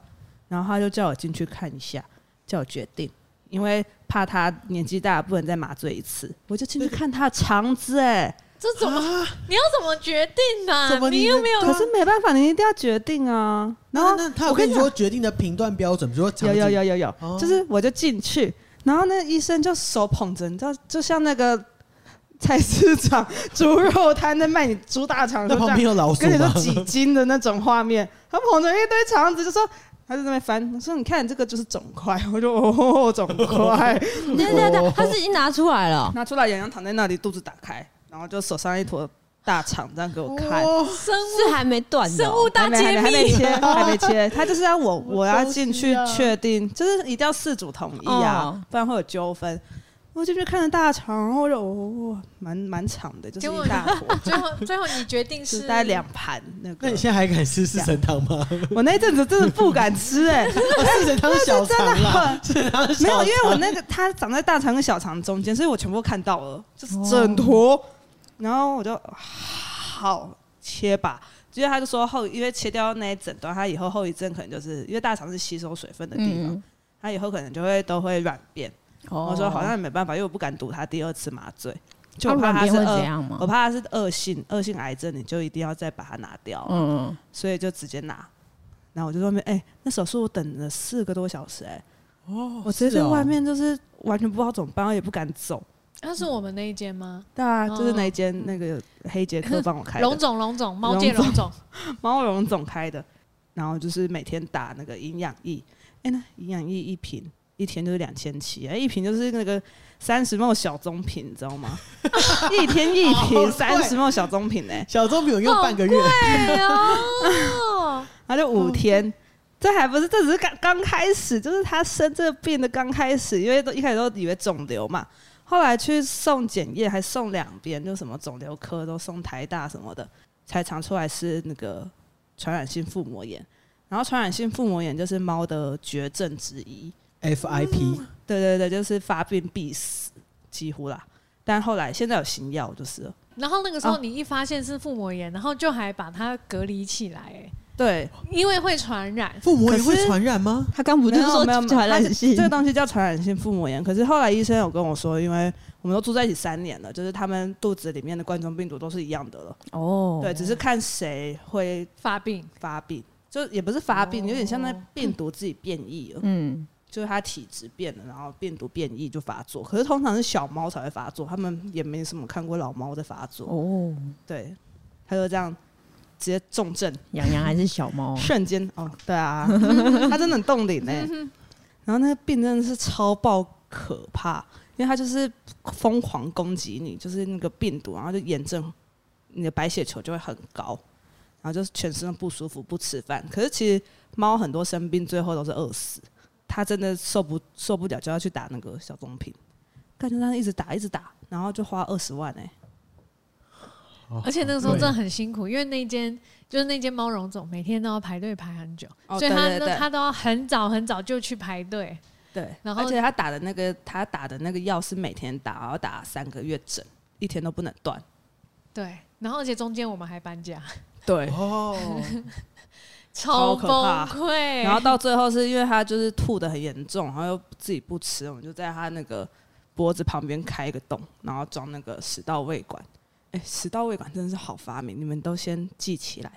A: 然后他就叫我进去看一下，叫我决定，因为怕他年纪大不能再麻醉一次，我就进去看他的肠子、哎，
B: 这怎么你要怎么决定
D: 怎
B: 呢？
D: 么
B: 你
D: 你
B: 又没有
A: 可是没办法，你一定要决定啊。然
D: 那
A: 后
D: 那他有
A: 我跟
D: 跟
A: 你
D: 你
A: 讲
D: 说决定的评断标准，比如说肠
A: 有
D: 子
A: 有有有有，
D: 哦
A: 就是我就进去，然后那医生就手捧着，你知道，就像那个菜市场猪肉摊在卖你猪大肠，就
D: 那
A: 这
D: 旁
A: 样
D: 边有啊老鼠
A: 跟你说
D: 吗？
A: 几斤的那种画面，他捧着一堆肠子就说。他就在那边翻，我说：“你看这个就是肿块。”我就哦，肿 块。
C: 对对
A: 哦
C: 对，他是已经拿出来了，
A: 拿出来，洋洋躺在那里，肚子打开，然后就手上一坨大肠这样给我看。
B: 生
C: 是
B: 物
C: 还没断的
B: 生
C: 哦、
B: 物大揭
A: 还没还没
B: 秘？
A: 切， 还没切，他就是要我我要进去
D: 东西啊
A: 确定，就是一定要事主同意啊
C: 哦，
A: 不然会有纠纷。我进去看了大肠，然后我就哦，蛮蛮长的，就是
B: 结果
A: 一大坨，
B: 最后最后你决定
A: 就是
B: 是
A: 大概两盘那 个
D: 那你。现在还敢吃四神汤吗？
A: 我那一阵子真的不敢吃哎、
D: 哦 四神汤小
A: 真的
D: 肠啦，
A: 很
D: 四神
C: 啊
D: 汤小
A: 没有，因为我
D: 肠
A: 那个它长在大肠跟小肠中间，所以我全部都看到了，就是整
C: 哦
A: 坨。然后我就好切吧，因为他就说后，因为切掉那一整段，它以后后遗症可能就是因为大肠是吸收水分的地方，
C: 嗯，
A: 它以后可能就会都会软便。
C: 哦
A: 我说好像也没办法，因为我不敢赌他第二次麻醉，就
C: 啊
A: 我怕
C: 软
A: 他
C: 便
A: 是
C: 会怎
A: 恶，
C: 样
A: 我
C: 吗？
A: 怕他是恶性恶性癌症，你就一定要再把它拿掉。
C: 嗯，
A: 所以就直接拿。然后我就在外面，哎、那手术我等了四个多小时、哎，
D: 哦
A: 我直接在外，面就是完全不知道怎么办，然后也不敢走。
B: 那是我们那一间吗？
A: 对啊，
B: 哦
A: 就是那一间那个黑杰克帮我开
B: 龙
A: 的，
B: 总龙总，猫界龙总，
A: 毛绒总开的。然后就是每天打那个营养液，哎、那营养液一瓶一天就是两千七，哎，一瓶就是那个三十梦小棕瓶，你知道 吗？一天一瓶三十梦小棕瓶、哎，
D: 小棕比我用半个月，
A: 啊
B: 哎呦，
A: 他就五天，这还不是，这只是刚刚开始，就是他生这个病的刚开始，因为都一开始都以为肿瘤嘛，后来去送检验，还送两边，就什么肿瘤科都送台大什么的，才查出来是那个传染性腹膜炎。然后传染性腹膜炎就是猫的绝症之一，
D: FIP
A: 对对对，就是发病必死，几乎啦。但后来现在有新药，就是了
B: 然后那个时候
A: 哦
B: 你一发现是腹膜炎，然后就还把它隔离起来，哎
A: 对，
B: 因为会传染。
D: 腹膜也会
A: 可是
D: 传染吗？
C: 他刚不
A: 没
C: 是
A: 有
C: 说
A: 没有
C: 传
A: 它
C: 染性？
A: 这个东西叫传染性腹膜炎。可是后来医生有跟我说，因为我们都住在一起三年了，就是他们肚子里面的冠状病毒都是一样的了，
C: 哦，
A: 对，只是看谁会
B: 发病，
A: 发病，就也不是发病，
B: 哦
A: 有点像那病毒自己变异了，
C: 嗯，
A: 就是它体质变了，然后病毒变异就发作。可是通常是小猫才会发作，他们也没什么看过老猫在发作，
C: 哦，
A: 对，他就这样直接重症。，
C: 洋洋还是小猫
A: 瞬间哦，对啊，他真的很冻龄呢。然后那个病真的是超爆可怕，因为它就是疯狂攻击你，就是那个病毒，然后就炎症，你的白血球就会很高，然后就是全身都不舒服，不吃饭。可是其实猫很多生病最后都是饿死，它真的受不受不了就要去打那个小棕瓶，感觉它一直打一直打，然后就花二十万哎、哦
B: 而且那个时候真的很辛苦，因为那间就是那间猫绒总每天都要排队排很久，
A: 哦
B: 所以他
A: 对对对
B: 他都要很早很早就去排队。
A: 对，
B: 然后
A: 而且他打的那个他打的那个药是每天打，然后打三个月整，一天都不能断。
B: 对，然后而且中间我们还搬家，
A: 对，
D: 哦，
A: 超可
B: 崩
A: 怕
B: 溃。
A: 然后到最后是因为他就是吐的很严重，然后又自己不吃，我们就在他那个脖子旁边开一个洞，然后装那个食道胃管。哎、食道胃管真的是好发明，你们都先记起来。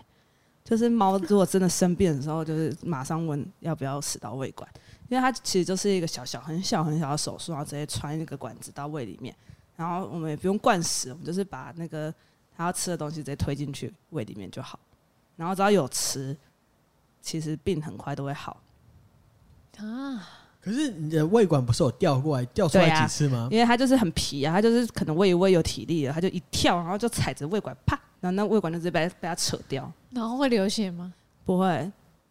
A: 就是猫如果真的生病的时候，就是马上问要不要食道胃管，因为它其实就是一个小小很小很小的手术，然后直接穿一个管子到胃里面，然后我们也不用灌食，我们就是把那个它要吃的东西直接推进去胃里面就好。然后只要有吃，其实病很快都会好，
B: 啊，
D: 可是你的胃管不是有掉过来掉出来
A: 对啊
D: 几次吗？
A: 因为它就是很皮啊，它就是可能喂一喂有体力了，它就一跳，然后就踩着胃管啪，然后那胃管就直接被它被它扯掉。
B: 然后会流血吗？
A: 不会，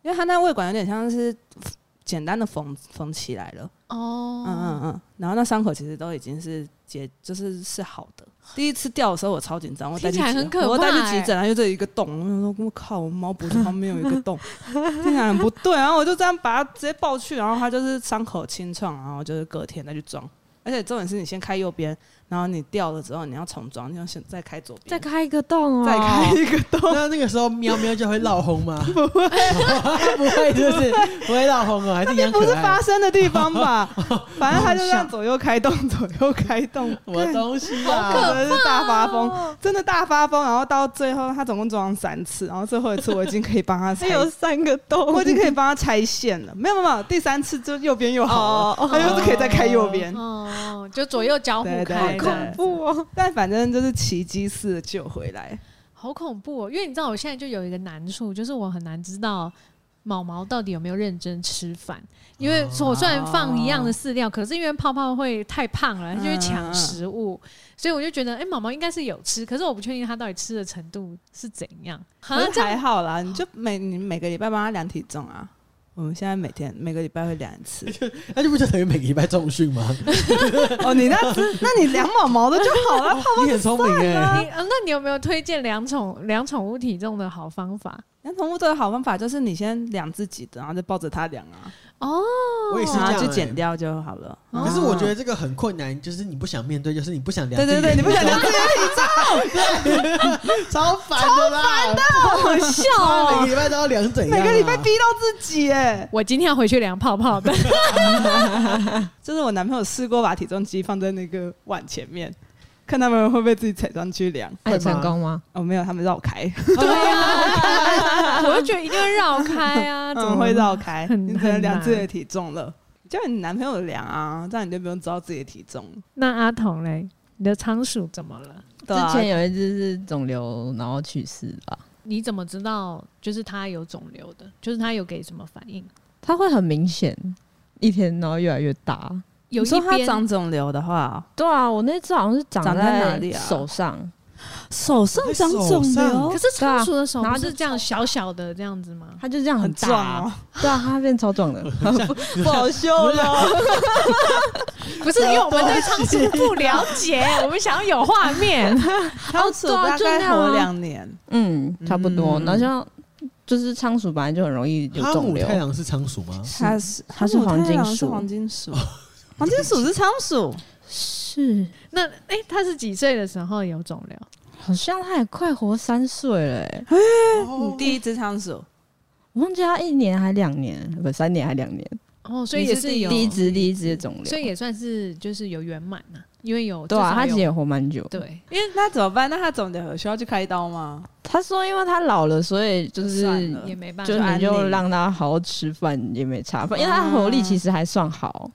A: 因为它那胃管有点像是呃简单的缝缝起来了，
B: 哦
A: 嗯，嗯嗯，然后那伤口其实都已经是结，就是是好的。第一次掉的时候我超紧张，我带去
B: 听起来
A: 急
B: 很可怕欸
A: 我带去急诊，然后就这一个洞，我说我靠，我猫脖子旁边有一个 洞，听起来很不对，然后我就这样把它直接抱去，然后它就是伤口清创，然后就是隔天再去装。而且重点是你先开右边，然后你掉了之后你要重装，你要先再开左边，
C: 再开一个洞哦，
A: 再开一个洞，
D: 那那个时候喵喵就会闹 轰吗？不会， 不会，就是不会闹轰哦，还是一样
A: 不
D: 可
A: 是
D: 爱
A: 发。生的地方 吧？反正它就这样左右开洞，左右开洞，
D: 什么东西
A: 啊
D: 啊？
A: 真的
C: 哦
A: 是大发疯，真的大发疯。然后到最后，他总共装三次，然后最后一次我已经可以帮他
C: 它
A: 拆，
C: 有三个洞，
A: 我已经可以帮他拆线了。没有没有没有，第三次就右边又好了，
C: 哦
A: 他就是可以再开右边。
B: 哦，就左右交互
A: 嗯对对
B: 开
A: 对
B: 这样
C: 恐
B: 子，
C: 怖哦。
A: 但反正就是奇迹似的救回来，
B: 好恐怖哦！因为你知道，我现在就有一个难处，就是我很难知道毛毛到底有没有认真吃饭。因
A: 哦
B: 为我虽然放一样的饲料，可是因为泡泡会太胖了，它就
A: 嗯
B: 会抢食物，所以我就觉得，哎、毛毛应该是有吃，可是我不确定它到底吃的程度是怎样。好
A: 可
B: 像
A: 是
B: 这样
A: 还好
C: 哦
A: 啦。你就每你每个礼拜帮他量体重啊。我们现在每天每个礼拜会量一 次。
D: 那就不就等于每个礼拜重训吗？
A: 哦，你那只那你量毛毛的就好了。
D: 你很聪明哎，
B: 你、呃，那你有没有推荐两宠两宠物体重的好方法？
A: 量宠物的好方法就是你先量自己的，然后再抱着它量啊，
B: 哦，
D: 我也是这
A: 然
D: 样
A: 后
D: 欸。
A: 就减掉就好了。
D: 可是我觉得这个很困难，就是你不想面对，就是你不想量
A: 对对对，你不想量自己的
D: 超烦的啦！
A: 好笑哦！
D: 每个礼拜都要量怎样
A: 每
D: 啊？
A: 个礼拜逼到自己哎，
B: 我今天要回去量泡泡的。
A: 就是我男朋友试过把体重机放在那个碗前面，看他们会不会自己踩上去量。
D: 会吗
C: 爱成功吗？
A: 哦，没有，他们绕开，
B: 对啊， 我就觉得一定会绕开啊，怎
A: 怎
B: 么
A: 么
B: 会
A: 会
B: 绕？
A: 绕开？
B: 很
A: 你只能量
B: 很难
A: 自己的体重了，叫你男朋友量啊，这样你就不用知道自己的体重。
B: 那阿童嘞，你的仓鼠怎么了？
A: 对啊
C: 之前有一只是肿瘤，然后去世啊吧。
B: 你怎么知道就是它有肿瘤的？就是它有给什么反应？
C: 它会很明显，一天然后越来越大。
B: 有
A: 你说
B: 一
A: 他
B: 边
A: 长肿瘤的话，
C: 对啊，我那只好像是长
A: 长在哪里
C: 里
A: 啊
C: 手上，
A: 手上
D: 长肿瘤
B: 可是仓鼠的手
C: 对啊
B: 不是这样小小的这样子吗？
C: 它就这样
A: 很
C: 大
A: 壮
C: 啊、
A: 哦，
C: 对啊，它变 超壮的，
A: 不好笑了。
B: 不是，因为我们对啊仓鼠不了 解，我们想要有画面。
A: 仓鼠
C: 对啊
A: 大
C: 就那
A: 概
C: 样
A: 活
C: 啊
A: 两年，
C: 嗯，差不多。
A: 嗯
C: 然后像就是仓鼠本来就很容易有
D: 哈
C: 肿
D: 姆
C: 瘤
D: 太，郎是仓鼠吗？
A: 它是
C: 它是黄金
A: 是
C: 鼠
A: 黄金鼠，黄金鼠是仓鼠。
C: 是
B: 那哎，它是几岁的时候有肿瘤？
C: 好像它也快活三岁了、欸，
A: 你 第一只仓鼠，
C: 我忘记它一年还两年，不三年还两年，
B: 哦，所以也是有，
C: 第一只第一只的肿瘤，
B: 所以也算是就是有圆满呐，因为有
C: 对啊，
B: 至少
C: 它
B: 有
C: 其实也活蛮久。，
B: 对，
A: 因为那怎么办？那它肿瘤有需要去开刀吗？
C: 他说因为它老了，所以就
A: 就算
C: 是
A: 了
B: 也没办法
C: 就
A: 就安
C: 你就
A: 宁
C: 让它好好吃饭也没差，因为
B: 啊
C: 它活力其实还算好。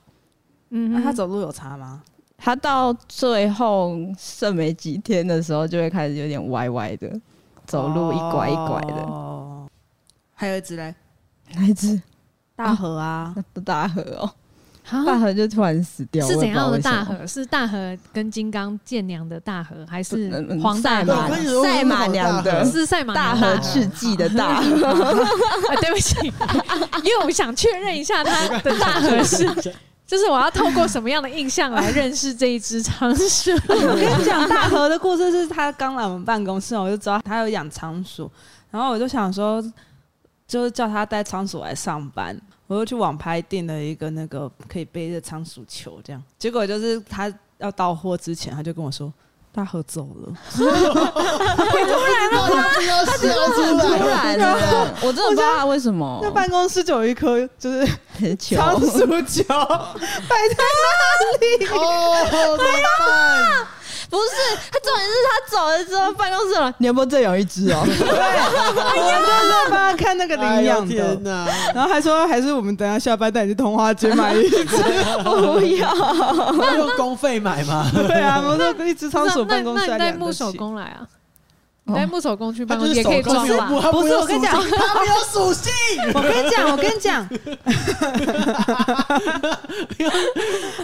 B: 嗯
A: 那
B: 哼，
A: 它啊
C: 啊
A: 走路有差吗？
C: 它到最后剩没几天的时候，就会开始有点歪歪的，走路一拐一拐的。
A: 哦，还有一只嘞，
C: 那一只
A: 大河啊，
C: 大河哦，
B: 啊
C: 大河就突然死掉，
B: 是
C: 我
B: 怎
C: 也不知道
B: 样的
C: 为什么
B: 大？河？是大河跟金刚舰娘的大河，还是
C: 嗯嗯
B: 黄大
C: 赛
D: 对
C: 马
D: 我
B: 马？
D: 跟你说
C: 赛马娘的
D: 我
B: 是赛马
C: 大
B: 娘的
C: 河赤记的大河，
B: 啊对不起，因为我想确认一下它的大河是，
D: 是
B: 就是我要透过什么样的印象来认识这一只仓鼠。
A: 我跟你讲，大河的故事是他刚来我们办公室，哦我就知道他有养仓鼠，然后我就想说，就是叫他带仓鼠来上班，我就去网拍订了一个那个可以背着仓鼠球这样，结果就是他要到货之前，他就跟我说。他喝走了，
D: 要笑出来，
C: 突然的，我真的不知道他为什么
A: 那办公室就有一颗就是
C: 球
A: 仓鼠球摆在那里，
D: 哦，怎么办？
C: 不是，他重点是他走了之后，办公室了，你要不要再养一只哦？
A: 我们就在帮他看那个
D: 哎
A: 领
D: 呦
A: 养
D: 天
A: 的，
D: 哪！
A: 然后还说还是我们等下下班带你去桐花街买一只，
C: 不要，
D: 要用公费买吗？
A: 对啊，我说一只仓鼠
B: 那
A: 办公
B: 那
A: 室
B: 你
A: 还
B: 带
A: 养
B: 木
A: 得
B: 手
A: 起，
B: 工来啊，
C: 哦
B: 你带木手工去
D: 他
B: 办
D: 就
B: 公
D: 是
B: 室也
D: 手
B: 可以
D: 工
B: 装啊
D: 又不，
B: 吧。
D: 他
A: 不是我跟你讲，
D: 他没有属性，
A: 我跟你讲，我跟你讲，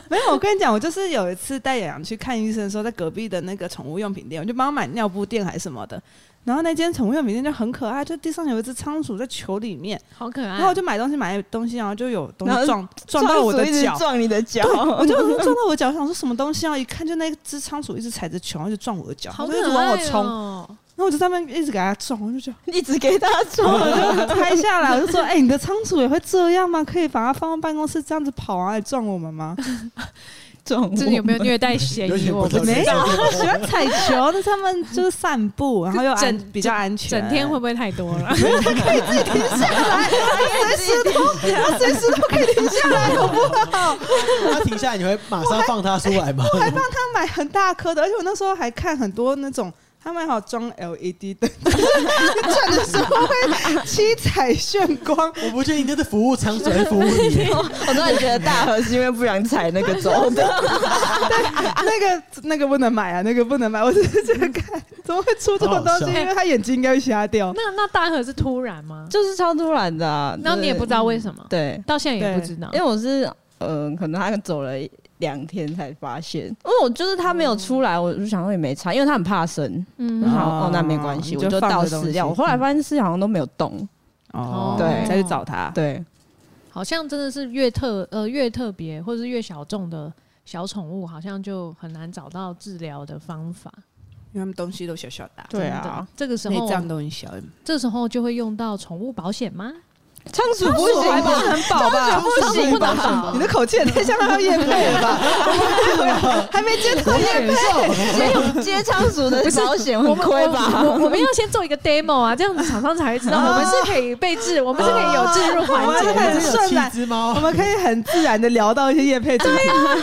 A: 没有，我跟你讲，我就是有一次带雅洋去看医生的时候，在隔壁的那个宠物用品店，我就帮他买尿布垫还是什么的。然后那间宠物用品店就很可爱，就地上有一只仓鼠在球里面，
B: 好可爱。
A: 然后我就买东西买东西，然后就有东
C: 然后
A: 西撞撞到我的
C: 一直
A: 脚，
C: 撞你的脚，
A: 我就撞到我脚，想说什么东西啊？一看就那只仓鼠一直踩着球，然后就撞我的脚，它
B: 好
A: 就
B: 可
A: 一直
B: 爱
A: 往我冲，然
B: 哦
A: 后我就在那边一直给它撞，我就 觉得。
C: 一直给他
A: 然后
C: 撞。
A: 我就拍下来，我就说：“哎、你的仓鼠也会这样吗？可以把它放到办公室这样子跑啊，来撞我们吗
C: 撞
B: 这有没有虐待嫌
D: 有
B: 疑？
D: 点不
B: 我不
D: 太
B: 知道
A: 没有？”他
D: 撞
A: 们喜欢踩球，那他们就是散步，然后又安
B: 整
A: 比较安全，
B: 整天会不会太多了？
A: 随时都他随时都可以停下来，好不好？
D: 他停下来，你会马上放他出来吗？
A: 还帮他买很大颗的，而且我那时候还看很多那种。他们还有装 LED 灯， 就是转的时候会七彩炫光，
D: 我不确定这是服务场所还是服务你。
C: 我突然觉得大河是因为不想踩那个走的，
A: 那个那个不能买啊，那个不能买。我只是觉得看怎么会出这种东西，
D: 好好
A: 因
B: 笑
A: 为他眼睛应该会瞎掉。
B: 哦那那大河是突然吗？
C: 就是超突然的啊。
B: 然后你也不知道为什么，
C: 对，
B: 到现在也不知道
C: 因为。我是嗯、呃可能他走了两天才发现，因为我哦就是他没有出来，我就想说也没差，因为他很怕生，
B: 嗯
C: 我想
A: 哦
C: 哦那没关系，
A: 你
C: 我
A: 就
C: 就
A: 放
C: 倒
A: 着东
C: 饲料。
A: 西
C: 我后来发现饲料好像都没有动，
B: 哦
C: 对
A: 再去找他。
C: 对，
B: 好像真的是越特呃越特别或者是越小众的小宠物，好像就很难找到治疗的方法。
A: 因为他们东西都小小的，
C: 对啊，
B: 这个时
A: 内
B: 候
A: 脏都很小。嗯
B: 这时候就会用到宠物保险吗？
C: 仓鼠不行吧？
A: 很饱吧？
C: 不行吧？
A: 你的口气也太像他要夜配了吧？ 还没接到夜配，
C: 没有接仓鼠的保险很亏吧？
B: 我我们要先做一个 demo 啊，这样子厂商才会知道我们是可以被治，我们是可以有置入环
A: 我
B: 节
A: 们
B: 的
A: 开。
D: 真
A: 始
D: 有
A: 顺
D: 七
A: 来，
D: 只
A: 我
D: 猫，
A: 们可以很自然的聊到一些夜配主题。
D: 啊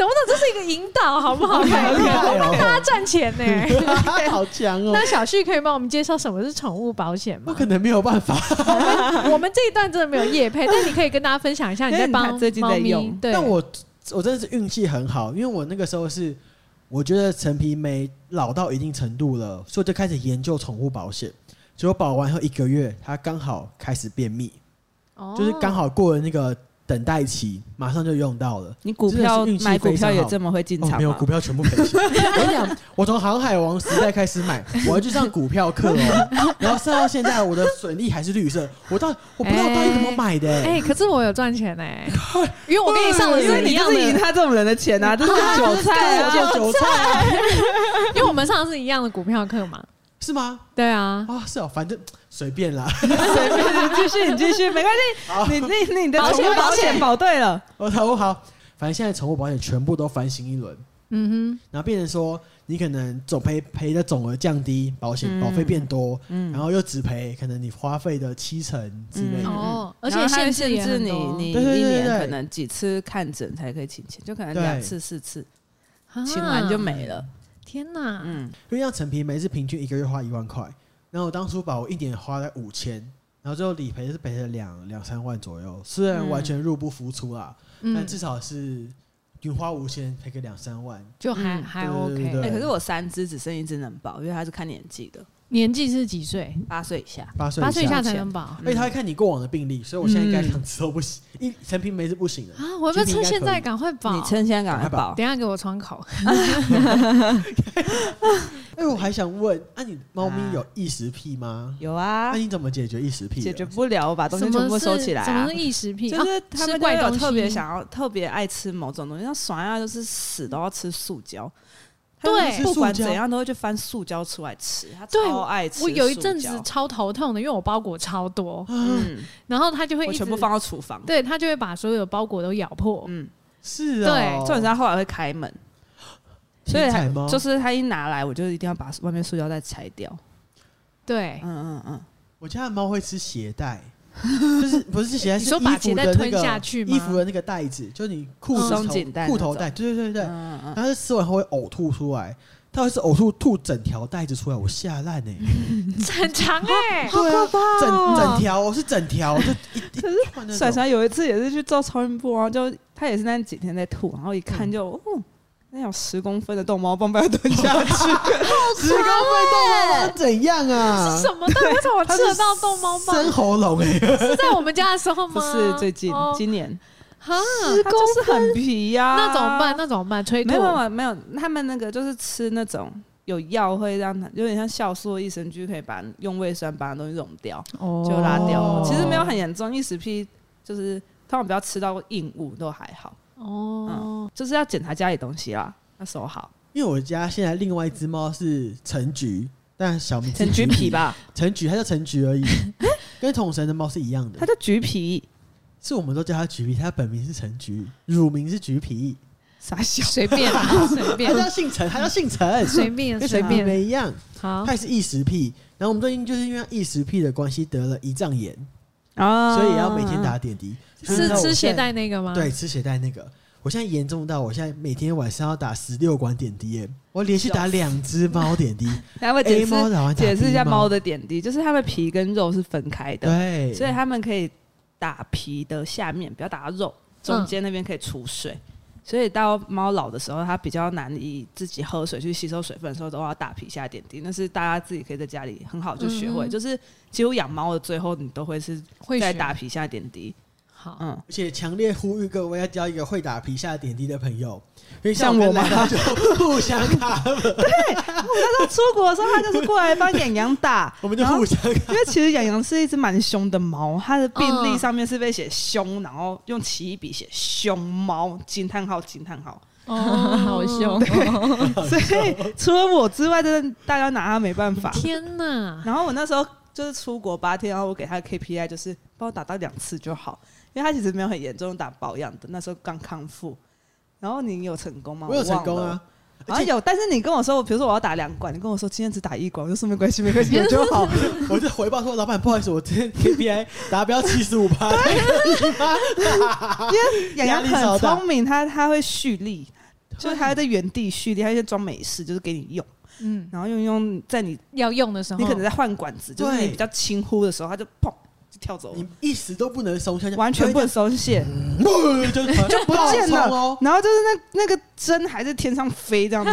B: 懂不懂？这是一个引导，好不 好？
D: 好厉
C: 啊
D: 害
B: 帮
D: 哦！
B: 大家赚钱呢、
D: 好强哦！
B: 那小旭可以帮我们介绍什么是宠物保险
D: 我
B: 吗？
D: 可能没有办法，
B: 我们这一段真的没有 业配，但你可以跟大家分享一下你在帮
A: 因为你最近在
B: 猫咪
A: 用
B: 对，
D: 但我我真的是运气很好，因为我那个时候是我觉得陈皮梅老到一定程度了，所以我就开始研究宠物保险。结果保完后一个月，它刚好开始便秘，
B: 哦
D: 就是刚好过了那个等待期，马上就用到了。
A: 你股
D: 真
A: 票
D: 的是运气
A: 买股
D: 非常
A: 票也
D: 好
A: 这么会进
D: 哦，
A: 场
D: 没有
A: 吗
D: 股？票全部赔 钱。我跟你讲，我从航海王时代开始买，我还去上股票课 哦，然后上到现在，我的损益还是绿色。我到我不知道到底怎么买的、欸
B: 哎、可是我有赚钱 呢、因为我跟你上的
A: 因为
B: 是
A: 你
B: 一样
A: 就是
B: 的，
A: 赢他这种人的钱啊，这 是韭菜啊，
D: 叫哦韭菜
B: 因为我们上的是一样的股票课嘛。
D: 是吗？
B: 对啊，
D: 啊，是哦，反正随便啦。
A: 随便你继续，你继续，没关系。你你你的
B: 保
A: 宠
B: 险
A: 物保险保对了，
D: 我好好，反正现在宠物保险全部都翻新一轮，
B: 嗯
D: 然后变成说你可能总赔赔的总额降低，保险
A: 嗯
D: 保费变多，
A: 嗯
D: 然后又只赔可能你花费的七成之类
B: 哼，
D: 的。
A: 嗯
B: 哦，而
A: 然
B: 且
A: 后它会
B: 制
A: 限
B: 也
A: 制
B: 很
A: 你
B: 多，啊
A: 你
D: 对对
A: 一
D: 对
A: 年
D: 对
A: 可能几次看诊才可以请钱，就可能
D: 对
A: 两次四次，
B: 啊
A: 请完就没了。
B: 天哪，
A: 嗯，
D: 因为像陈皮梅是平均一个月花一万块，然后我当初把我一年花了五千，然后最后理赔是赔了两两三万左右，虽然完全入不敷出啦，但
B: 嗯，
D: 至少是你花五千赔个两三万，
B: 就还
A: 嗯
B: 还
D: 对
B: OK。
D: 对对对
A: 哎，可是我三只只剩一只能保，因为它是看年纪的，
B: 年纪是几岁？
A: 八岁以下。
D: 八岁
B: 八岁以下
D: 而
B: 才能保啊！
D: 且他会看你过往的病例，所以我现在应该两次都不行，
B: 嗯
D: 一陈皮梅是不行的，
B: 啊我要不要趁现在
D: 应该可以
B: 赶快保
A: 你？趁现在赶快
D: 赶快保
A: 保，
B: 等一下给我窗口。
D: 哎、我还想问，那、你猫咪有异食癖吗？
A: 有
D: 那、
A: 啊，
D: 你怎么解决异食癖的？
A: 解决不了，我把东
B: 什
A: 西
B: 么
A: 全部
B: 是
A: 收起来
B: 什么
A: 啊
B: 是。异食癖？
A: 就是
B: 啊
A: 他
B: 吃
A: 们就
B: 怪
A: 有
B: 东西
A: 特别想要、特别爱吃某种东西，像爽呀，就是死都要吃塑胶。他
B: 对
A: 就是不管
D: 塑胶
A: 怎样都会去翻塑胶出来吃，他
B: 对
A: 超爱吃塑
B: 我
A: 胶。
B: 有一阵子超头痛的，因为我包裹超多，
A: 嗯，
B: 然后他就会一
A: 我
B: 直
A: 全部，放到厨房。
B: 对他就会把所有的包裹都咬破。
A: 嗯，
D: 是
B: 对
D: 啊、
A: 重点是他后来会开门，所以
D: 天才
A: 还
D: 猫
A: 就是他一拿来，我就一定要把外面塑胶袋拆掉。
B: 对，
A: 嗯嗯嗯，
D: 我家的猫会吃鞋带，就是不是鞋 带，
B: 你
D: 是
B: 说把
D: 衣服
B: 鞋带
D: 的那
B: 吞
D: 个
B: 下去吗
D: 衣服的那个带子，就是你裤
A: 嗯
D: 子
A: 松紧带
D: 头裤
A: 那
D: 头
A: 种
D: 带，对对对对。
A: 嗯嗯
D: 然后它吃完后会呕吐出来，它会是呕吐吐整条带子出来，我吓烂哎！
B: 很长哎、
D: 好可怕、整整条哦是整条，就一一
A: 嗯。
D: 串那
A: 甩
D: 种。
A: 甩有一次也是去做超音波、啊，就他也是那几天在吐，然后一看就，
D: 嗯
A: 哦，那有十公分的逗猫棒被他吞下去，
D: 十公分动猫棒怎样 啊？
B: 是什么的？为什么
D: 它
B: 吃得
D: 是
B: 到逗猫
D: 生
B: 棒？
D: 喉咙哎、
B: 是在我们家的时 候
A: 不
B: 吗？
A: 是最近、
B: 哦
A: 今年，
B: 哈，
A: 他就是很皮呀、
B: 那怎么办？？那怎么办？催吐
A: 没有没有没有，他们那个就是吃那种有药会让它有点像酵素益生菌，可以把用胃酸把那东西溶掉，
C: 哦
A: 就拉掉了。其实没有很严重，一时批就是通常不要吃到硬物都还好，嗯
B: 哦，
A: 就是要检查家里东西啦，要收好，
D: 因为我家现在另外一只猫是橙橘，但小名是
A: 很橘皮，吧，
D: 橙橘它叫橙橘而已，跟统神的猫是一样
A: 它
D: 的，
A: 叫橘皮，
D: 是我们都叫它橘皮，它本名是橙橘，乳名是橘皮，
A: 傻笑。
B: 随便啦随
D: 它
B: 便
D: 叫姓
A: 嗯
D: 陈，它叫姓陈，
B: 随便
D: 跟
B: 随
D: 陈皮
B: 便，
D: 梅一样，
B: 好
D: 它也是异食癖。然后我们最近就是因为异食癖的关系得了胰脏炎，
A: 啊
D: 所以也要每天打点滴。
B: 是
D: 那我
B: 吃鞋
D: 现在
B: 带那个吗？
D: 对，，吃血带那个，我现在严重到我现在每天晚上要打十六管点滴耶，我连续打两只猫点滴
A: 来我 解
D: ，A
A: 释
D: 猫打完打
A: 解释一
D: B
A: 下猫，的点滴，就是它们皮跟肉是分开的，
D: 对，
A: 所以它们可以打皮的下面，不要打到肉
D: 嗯
A: 中间那边可以储水。所以到猫老的时候，它比较难以自己喝水去吸收水分的时候，都要打皮下点滴。那是大家自己可以在家里很好就学会，
B: 嗯嗯
A: 就是几乎养猫的最后你都会是
B: 会
A: 在
B: 学
A: 打皮下点滴。
D: 哦
B: 好，
A: 嗯，
D: 而且强烈呼吁各位要交一个会打皮下点滴的朋友，因为
A: 像
D: 我
A: 我
D: 们
A: 吗
D: 就互相 打，
A: 那时候出国的时候，它就是过来帮养羊打
D: ，我们就
A: 然后
D: 互相打。
A: 因为其实养羊是一只蛮凶的猫，它的病历
D: 嗯
A: 上面是被写凶，然后用奇异笔写凶猫惊叹号惊叹号。
B: 哦
C: 好凶，
A: 所以除了我之外，真的大家拿它没办 法。
B: 天 哪！
A: 然后我那时候就是出国八天，然后我给它的 KPI 就是帮我打到两次就好，因为它其实没有很严重打保养的，那时候刚康复。然后你有成功吗？
D: 我有成功
A: 忘了
D: 啊。，
A: 好像有，但是你跟我说，比如说我要打两管，你跟我说今天只打一管，我就说没关系，没关系，有就好。
D: 我就回报说，老板不好意思，我今天 KPI 达标七十五趴，
A: 洋洋
D: 压力超
A: 很
D: 大
A: 聪明，他他会蓄力，就是他会在原地蓄力，他就装没事，就是给你用，
B: 嗯，
A: 然后用一用，在你
B: 要用的时候，
A: 你可能在换管子，就是
D: 对
A: 你比较轻呼的时候，他就砰就跳走了
D: 你，一时都不能松下，哎
A: 完全不能松懈，
B: 嗯
D: 就就 就
A: 不见了
D: 哦。。
A: 然后就是那那个针还在天上飞这样 子，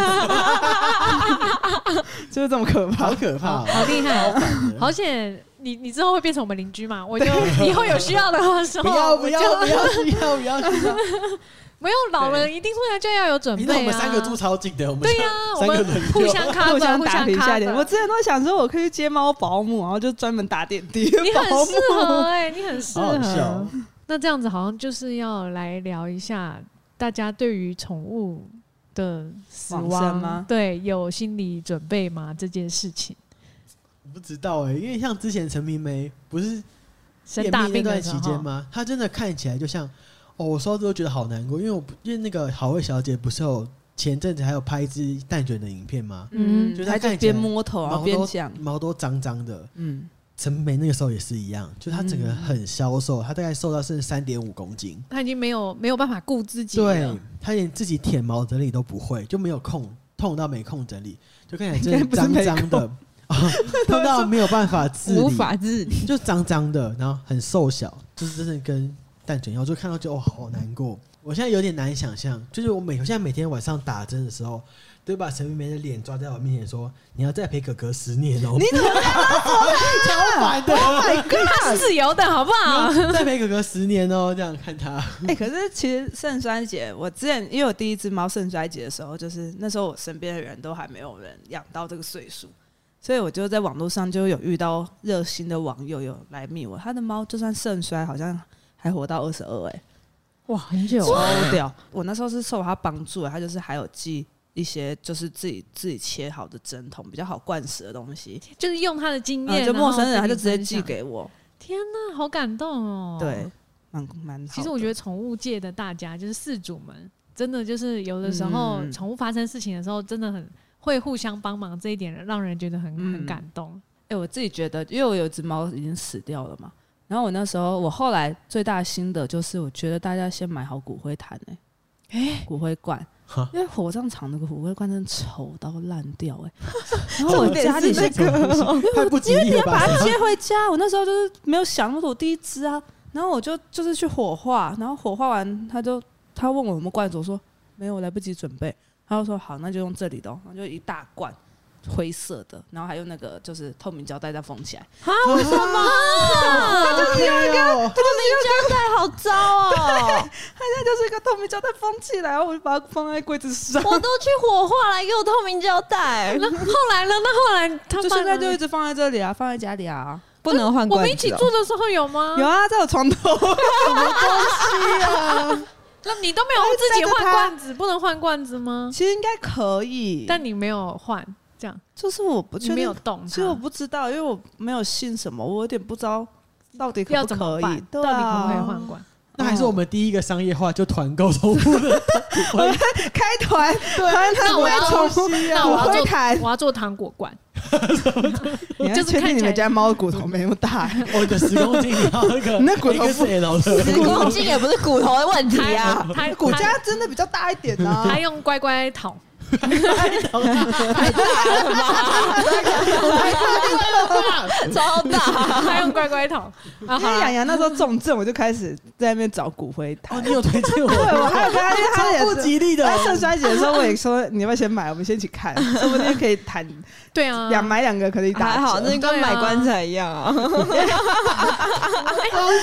A: 就是这么可怕
D: 好。可怕、
B: 好
D: 哦！
B: 好厉害，啊
D: 烦
B: 好险！你你之后会变成我们邻居嘛？我就以后有需要的时候，
D: 不要不
B: 我就
D: 要不要不要不要！
B: 没有老人一定出来就要有准
D: 你
B: 备啊。
D: 那我们三个住超近的，我们
B: 对
A: 啊
B: 呀，我
D: 三个
B: 们
D: 轮
B: 互相 cover，
A: 互相
B: 互相
A: 打皮下点，
B: cover
A: 我之前都想说我可以去接猫保姆，然后就专门打点滴
B: 你
A: 保
B: 很适合
A: 姆。
B: 哎、你很适
D: 好好
B: 合
D: 笑。。
A: 啊
B: 那这样子好像就是要来聊一下大家对于宠物的死
A: 往
B: 亡
A: 生吗
B: 对有心理准备吗？这件事情，
D: 我不知道哎、因为像之前陈明梅不是
B: 生
D: 便
B: 大
D: 秘那
B: 病
D: 段
B: 的时
D: 期
B: 候，
D: 间吗？她真的看起来就像哦，我说到这都觉得好难过，因为我不因为那个好味小姐不是有前阵子还有拍一支蛋卷的影片吗？
A: 嗯，
D: 就是他
A: 他就
D: 看起来
A: 边摸头哦然后
D: 毛
A: 边
D: 都
A: 讲，
D: 毛都脏脏的。
A: 嗯，
D: 陈明梅那个时候也是一样，就她整个很消瘦，她大概瘦到剩三点五公斤。
B: 他已经没有没有办法顾自己了
D: 对，他连自己舔毛整理都不会，就没有空，痛到没空整理，就看起来真的脏脏 的，哦痛到没有办法自理，
C: 无法自理，
D: 就脏脏的，然后很瘦小，就是真的跟蛋卷一样，就看到就哦好难过。我现在有点难想象，就是我每我现在每天晚上打针的时候，都会把陈明梅的脸抓在我面前说：“你要再陪哥哥十年哦。”你怎么啊 超烦的？
B: 他是自由的好不
A: 啊
B: 好？
D: 然后再陪哥哥十年哦，这样看 他。
B: 嗯
A: 哎、可是其实肾衰竭，我之前因为我第一只猫肾衰竭的时候，就是那时候我身边的人都还没有人养到这个岁数，所以我就在网络上就有遇到热心的网友有来密我，他的猫就算肾衰，好像还活到二十二，哎，
C: 哇，很久
A: 超屌！我那时候是受他帮助的，他就是还有寄一些就是自己自己切好的针筒，比较好灌食的东西，
B: 就是用他的经
A: 啊
B: 验，
A: 就陌生人
B: 然
A: 他
B: 后
A: 就
B: 跟
A: 直
B: 你
A: 接
B: 分
A: 寄
B: 享。
A: 给我，
B: 天哪、好感动哦！
A: 对，，蛮蛮好的。
B: 其实我觉得宠物界的大家就是饲主们，真的就是有的时候
A: 嗯
B: 宠物发生事情的时候，真的很会互相帮忙，这一点让人觉得很
A: 嗯
B: 很感动。
A: 哎、我自己觉得，因为我有一只猫已经死掉了嘛，然后我那时候我后来最大心得就是，我觉得大家先买好骨灰坛哎、骨灰罐
E: 哈。
A: 因为火葬场的骨灰罐真的丑到烂掉 哎、然后
C: 重
A: 我
C: 点
A: 家里
C: 是
A: 是
C: 这个，
D: 太不吉利了吧
A: 把？它接回家。我那时候就是没有想那么多，我第一只啊，然后我就就是去火化，然后火化完，他就他问我有没有罐子，我说没有，我来不及准备。他就说好，那就用这里的、哦，然后就一大罐灰色的，然后还用那个就是透明胶带再封起来。
D: 为什么？
B: 啊
D: 他就是一个
C: 好糟
A: 啊
C: 哦！
A: 它就是一个透明胶带封起来，我就把它放在柜子上，
C: 我都去火化来给我透明胶 带，
B: 那后来呢？那后来他
A: 就
B: 放
A: 现在
B: 哪
A: 就
B: 里
A: 一直放在这里啊，放在家里啊。
C: 不能换
B: 我
C: 罐
B: 们
C: 子哦。
B: 一起住的时候有吗？
A: 有啊，在我床头，啊
B: 那你都没有自己换罐子，不能换罐子吗？
A: 其实应该可以，
B: 但你没有换，这样
A: 就是我不
B: 你
A: 确
B: 没
A: 定
B: 有，动它，
A: 其实我不知道，因为我没有信什么，我有点不知道到底可不可以，
B: 要怎么办？
A: 对
B: 到
A: 啊
B: 底可不可以换罐？
D: 那还是我们第一个商业化就团购宠物的，
A: 开团，啊团
B: 那我要
A: 团宠物
B: 那我
A: 骨
B: 要
A: 灰
B: 做
A: 坛，
B: 我要做糖果 罐，
A: 你还
B: 就是
A: 确
B: 看
A: 定你
B: 起来
A: 们家猫的骨头没那么大、
D: 我的十公斤，然 后那个
A: 那骨头不
D: XL 的，
C: 子宫颈也不是骨头的问题
B: 它
C: 啊，
B: 它
A: 骨架真的比较大一点啊呢、
B: 它它用乖乖糖，
C: 太大了吧，超大。
B: 它用乖乖 糖。啊，
A: 因
B: 好
A: 为
B: 啦
A: 养，羊那时候重症，我就开始在那边找骨灰坛。
D: 哦，你有推荐我？
A: 对，我 还有跟他，因为他也
D: 超不吉利的
A: 他肾衰竭的时候，我也说你要不要先买，我们先去 看，说不定可以谈
B: 对啊，
A: 两买两个可以打
C: 还
A: 折
C: 好，那就跟买棺材一样啊。
A: 东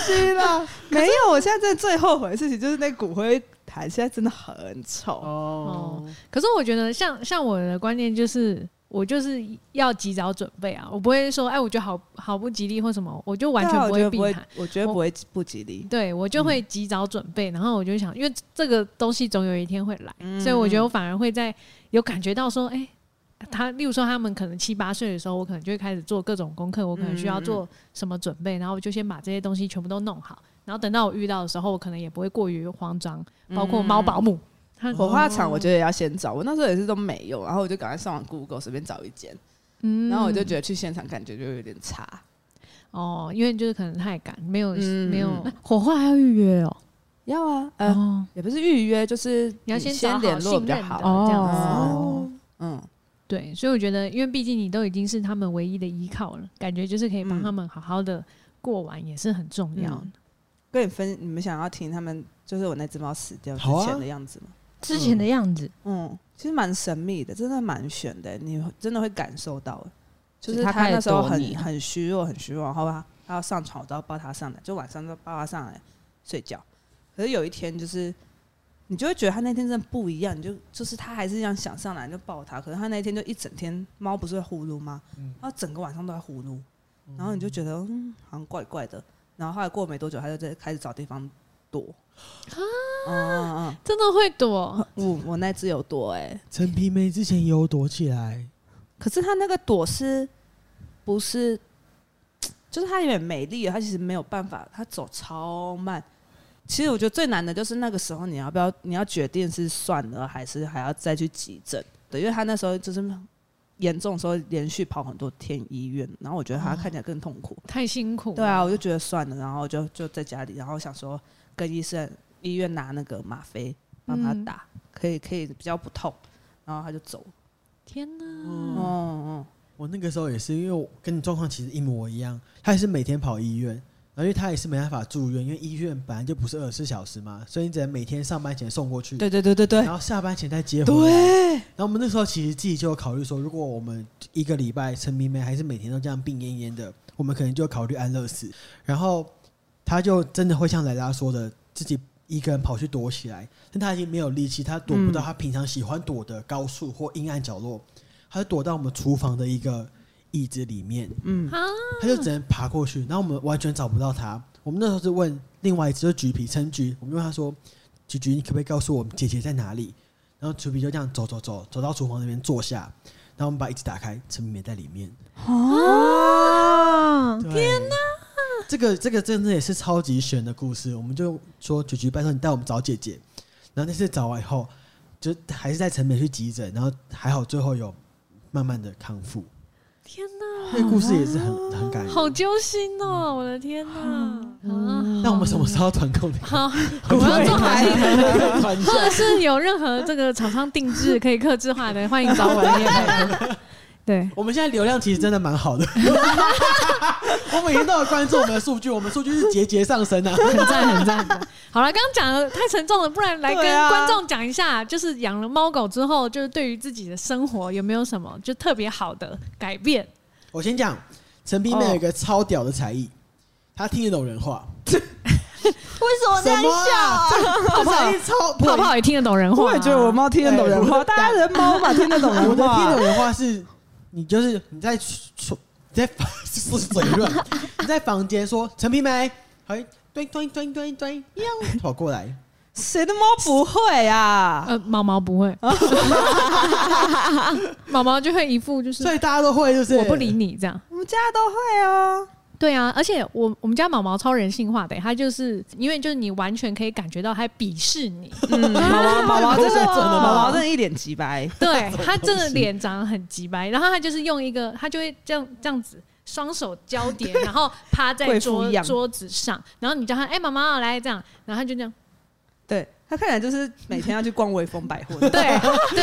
A: 西了。没有，我现在真的最后悔的事情就是那骨灰坛现在真的很丑。
D: 哦
B: 哦，可是我觉得像像我的观念就是。我就是要及早准备啊，我不会说，哎，我觉得好好不吉利或什么，我就完
A: 对
B: 全
A: 啊
B: 不
A: 我觉
B: 会
A: 得
B: 避
A: 不会
B: 谈。，
A: 我觉得不会不吉利。
B: 对我
A: 嗯
B: 就会及早准备，然后我就想，因为这个东西总有一天会来，所以我
A: 嗯
B: 觉得我反而会在有感觉到说，哎、他例如说他们可能七八岁的时候，我可能就会开始做各种功课，我可能需
A: 嗯
B: 要做什么准备，然后我就先把这些东西全部都弄好，然后等到我遇到的时候，我可能也不会过于慌张，包括猫保姆，它
A: 嗯火化场我觉得也要先找，我那时候也是都没有，然后我就赶快上网 Google 随便找一间，
B: 嗯
A: 然后我就觉得去现场感觉就有点差。
B: 哦，因为就是可能太赶，没有、
A: 嗯
B: 没有
A: 嗯
B: 火化还要预约哦，
A: 要啊，呃，
B: 哦，
A: 也不是预约，就是
B: 你要
A: 先
B: 先找好
A: 联络比
B: 信
A: 较
B: 任的
A: 好。
B: 这样子。
A: 哦，嗯，
B: 对，所以我觉得，因为毕竟你都已经是他们唯一的依靠了，感觉就是可以帮
A: 嗯
B: 他们好好的过完，也是很重要的。
A: 嗯跟你分，你们想要听他们就是我那只猫死掉之
D: 好啊
A: 前的样子吗？
C: 之前的样子，
A: 嗯，其实蛮神秘的，真的蛮悬的，你真的会感受到的，就是是
C: 它
A: 它
C: 开始
A: 那时候
C: 躲
A: 很
C: 你
A: 很虚弱，很虚弱，好吧，它要上床，我都要抱它上来，就晚上都抱它上来睡觉。可是有一天，就是你就会觉得它那天真的不一样，你就就是它还是这样想上来你就抱它，可是它那天就一整天，猫不是会呼噜吗？它整个晚上都在呼噜，然后你就觉得嗯，好像怪怪的。然后后来过没多久，它就在开始找地方躲。啊，嗯嗯
B: 真的会躲，
A: 我我那只有躲哎、
D: 陈皮梅之前也有躲起来，
A: 可是他那个躲是不是？就是他有点美丽，他其实没有办法，他走超慢。其实我觉得最难的就是那个时候，你要不要你要决定是算了，还是还要再去急诊？对，因为他那时候就是严重的时候，连续跑很多天医院，然后我觉得他看起来更痛苦。
B: 太辛苦。
A: 对啊，，我就觉得算了，然后就就在家里，然后想说跟医生医院拿那个吗啡帮他
B: 嗯
A: 打，可以可以比较不痛，然后他就走了。
B: 天哪！
A: 嗯嗯。
D: 我那个时候也是，因为我跟你状况其实一模一样，他也是每天跑医院，然后因为他也是没办法住院，因为医院本来就不是二十四小时嘛，所以你只能每天上班前送过去，
A: 对对对对对
D: 然后下班前再接回来。
A: 对，
D: 然后我们那时候其实自己就有考虑说，如果我们一个礼拜陈明梅还是每天都这样病恹恹的，我们可能就要考虑安乐死。然后他就真的会像莱拉说的，自己一个人跑去躲起来，但他已经没有力气，他躲不到他平常喜欢躲的高处或阴暗角落，他就躲到我们厨房的一个椅子里面，
A: 嗯，
B: 啊，
D: 他就只能爬过去。然后我们完全找不到他。我们那时候是问另外一只就是橘皮陈橘，我们就问他说：“橘橘，你可不可以告诉我们姐姐在哪里？”然后橘皮就这样走走走，走到厨房那边坐下，然后我们把椅子打开，陈明也在里面。
C: 啊，
D: 哦天哪！这个这个真的也是超级悬的故事，我们就说橘橘，拜托你带我们找姐姐。然后那次找完以后，就还是在成美去急诊，然后还好最后有慢慢的康复。
B: 天哪，
D: 那个故事也是很很感人。
B: 好揪心哦！我的天哪，
A: 嗯
B: 啊，
D: 那我们什么时候要团 购呢？
B: 好，我要做好一个。
D: 团
B: 或者是有任何这个厂商定制可以客制化的，欢迎找我们业配。 对，
D: 我们现在流量其实真的蛮好的， 我每天都有关注我们的数据，我们数据是节节上升啊。
B: 很赞很赞。好了，刚刚讲的太沉重了，不然来跟
A: 对啊
B: 观众讲一下，就是养了猫狗之后，就是对于自己的生活有没有什么就特别好的改变？
D: 我先讲，陈皮妹有一个超屌的才艺，她听得懂人话。
C: 为什么这样
D: 什么啊
C: 笑？
D: 这才艺超不
B: 泡泡也听得懂人话、啊，
A: 我也觉得我猫听得懂人话，大家人猫嘛听得懂
D: 我
A: 人
D: 的听
A: 话
D: 懂。人话是，你就是你在说你在房是嘴乱，你在房间说陈皮梅，哎，对对对对对，喵，跑过来，
A: 谁的猫不会啊？
B: 呃，毛毛不 会，毛毛就会一副就是
D: 所以大家都会就是
B: 我不理你这样。
A: 我们家都会啊。
B: 对啊，而且我我们家毛毛超人性化的、它就是因为就是你完全可以感觉到它鄙视你，
A: 嗯，毛毛 毛毛真的
D: 真的吗
A: 毛毛真的一脸极白，
B: 对它真的脸长得很急白，然后它就是用一个它就会这样这样子。双手交叠，然后趴在
A: 贵妇
B: 桌
A: 一样
B: 桌子上，然后你叫它，哎、妈妈来这样，然后它就这样，
A: 对他看起来就是每天要去逛威风百货。
B: 对对，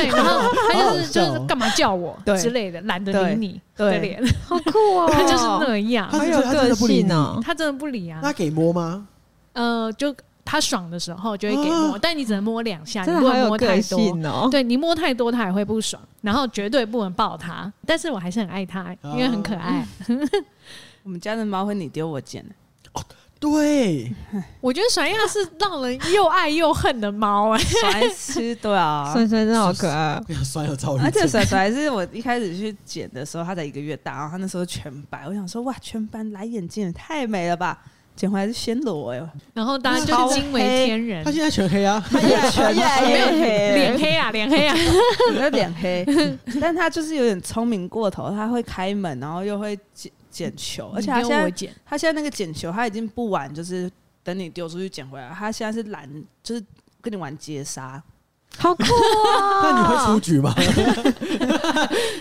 B: 然后它就
D: 好好
B: 是
D: 笑
B: 就
D: 哦
B: 是干嘛叫我
A: 对
B: 之类的，懒得理你的
A: 对
B: 脸，
C: 好 酷哦！
B: 它就是那样，
D: 他
C: 很
D: 是
C: 有
D: 觉得他真
C: 个
D: 的不理
C: 性
D: 你。
C: 哦。
B: 它真的不理啊，
D: 那给摸吗？
B: 呃，就它爽的时候就会给摸，
D: 啊
B: 但你只能摸两下，你
C: 真的
B: 不
C: 好
B: 能
C: 有
B: 摸太
C: 个
B: 多。
C: 性哦！
B: 对你摸太多，它也会不爽，然后绝对不能抱它。但是我还是很爱它，因为很可爱。
A: 我们家的猫会你丢我捡，
D: 对，
B: 我觉得甩亚是让人又爱又恨的猫哎、
A: 甩吃对啊。
C: 帅帅真的好可爱哦，
D: 哎呀酸有超人，
A: 而且甩甩是我一开始去捡的时候，它才一个月大，然后它那时候全白，我想说哇，全白蓝眼睛也太美了吧！捡回来是暹罗哎呦，
B: 然后大家就是惊为天人
D: 他，现在全黑啊，
A: 它越全
C: 越来越
B: 脸，黑啊，脸 黑啊，
A: 我的脸黑，但它就是有点聪明过头，它会开门，然后又会捡捡球，而且它
B: 你
A: 现
B: 跟
A: 在
B: 我捡，
A: 他现在那个捡球，他已经不玩，就是等你丢出去捡回来。他现在是懒，就是跟你玩接杀。
C: 好酷
D: 那你会出
C: 哦！
D: 局吗？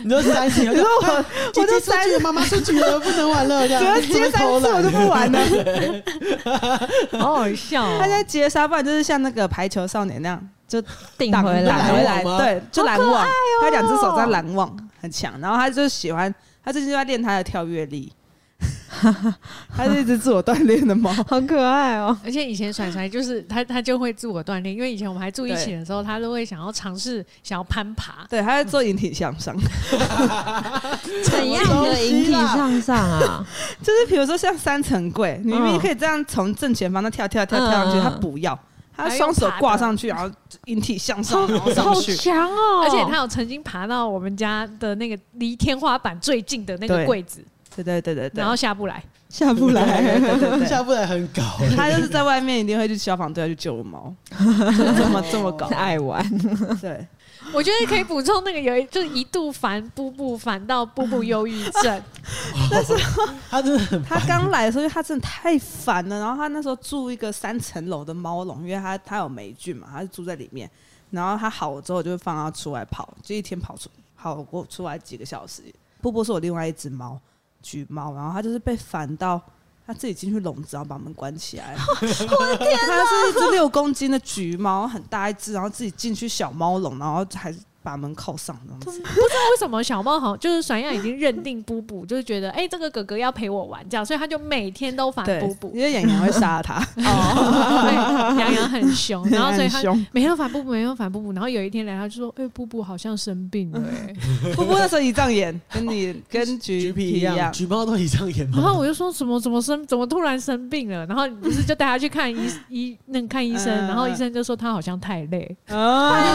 D: 你都三十，你说我姐姐出局了，妈妈出局了，不能玩了，这样
A: 接三次我就不玩了。
B: 好好笑、哦
A: 他现在接杀，不然就是像那个排球少年那样，就
C: 顶
A: 挡
C: 回
A: 挡
D: 拦
A: 回
C: 来，
A: 来，
D: 网吗
A: 对，就拦网。他两只手在拦网，很强。然后他就喜欢，他最近就在练他的跳跃力。他是一只自我锻炼的猫，
C: 好可爱 哦！
B: 而且以前甩甩就是他，他就会自我锻炼，因为以前我们还住一起的时候，他都会想要尝试想要攀爬，
A: 对，他在做引体向上，
C: 怎样的引体向上啊？
A: 就是比如说像三层柜，你明明
C: 嗯
A: 可以这样从正前方那跳跳跳跳上去，
C: 嗯嗯
A: 他不要，他
B: 还
A: 双
B: 用
A: 手
B: 爬
A: 挂
B: 的
A: 上去，然后引体向上，然嗯后上
C: 好
A: 去。
C: 强哦！
B: 而且他有曾经爬到我们家的那个离天花板最近的那个
A: 对
B: 柜子，
A: 对对对对对，
B: 然后下不来。
C: 下不
A: 对
C: 来，
A: 对对对
D: 下不来很搞。
A: 他就是在外面一定会去消防队去救猫，就是这么这么 搞？
C: 爱玩，
A: 对，
B: 我觉得可以补充那个有一，就是一度烦步步烦到步步忧郁症，
D: 他真的很
A: 他刚来的时候，因为他真的太烦了。然后他那时候住一个三层楼的猫笼，因为他他有霉菌嘛，他就住在里面。然后他好了之后，就会放他出来跑，就一天跑出跑过出来几个小时。波波是我另外一只猫，橘猫，然后他就是被烦到。他自己进去笼子，然后把门关起来。我的天它是一只六公斤的橘猫，很大一只，然后自己进去小猫笼，然后还把门铐上，这样子。
B: 为什么小猫好像就是甩样已经认定布布，就是觉得哎、这个哥哥要陪我玩这样，所以他就每天都烦布
A: 对，
B: 布。
A: 因为演员会杀它。
B: 哦，对杨洋很凶，然后所以
A: 很
B: 他
A: 凶
B: 每天都烦布布，每天都烦布布，然后有一天来他就说，哎、布布好像生病 了、哎
A: 波波那时候一障眼，跟你跟橘
D: 哦橘
A: 皮
D: 皮一
A: 一样
D: 样，，橘猫都一样演
B: 然
D: 吗？
B: 后我就说怎么怎么生怎么突然生病了，然后你不是就带他去看医 医那个看医生，
A: 嗯
B: 然后医生就说他好像太累，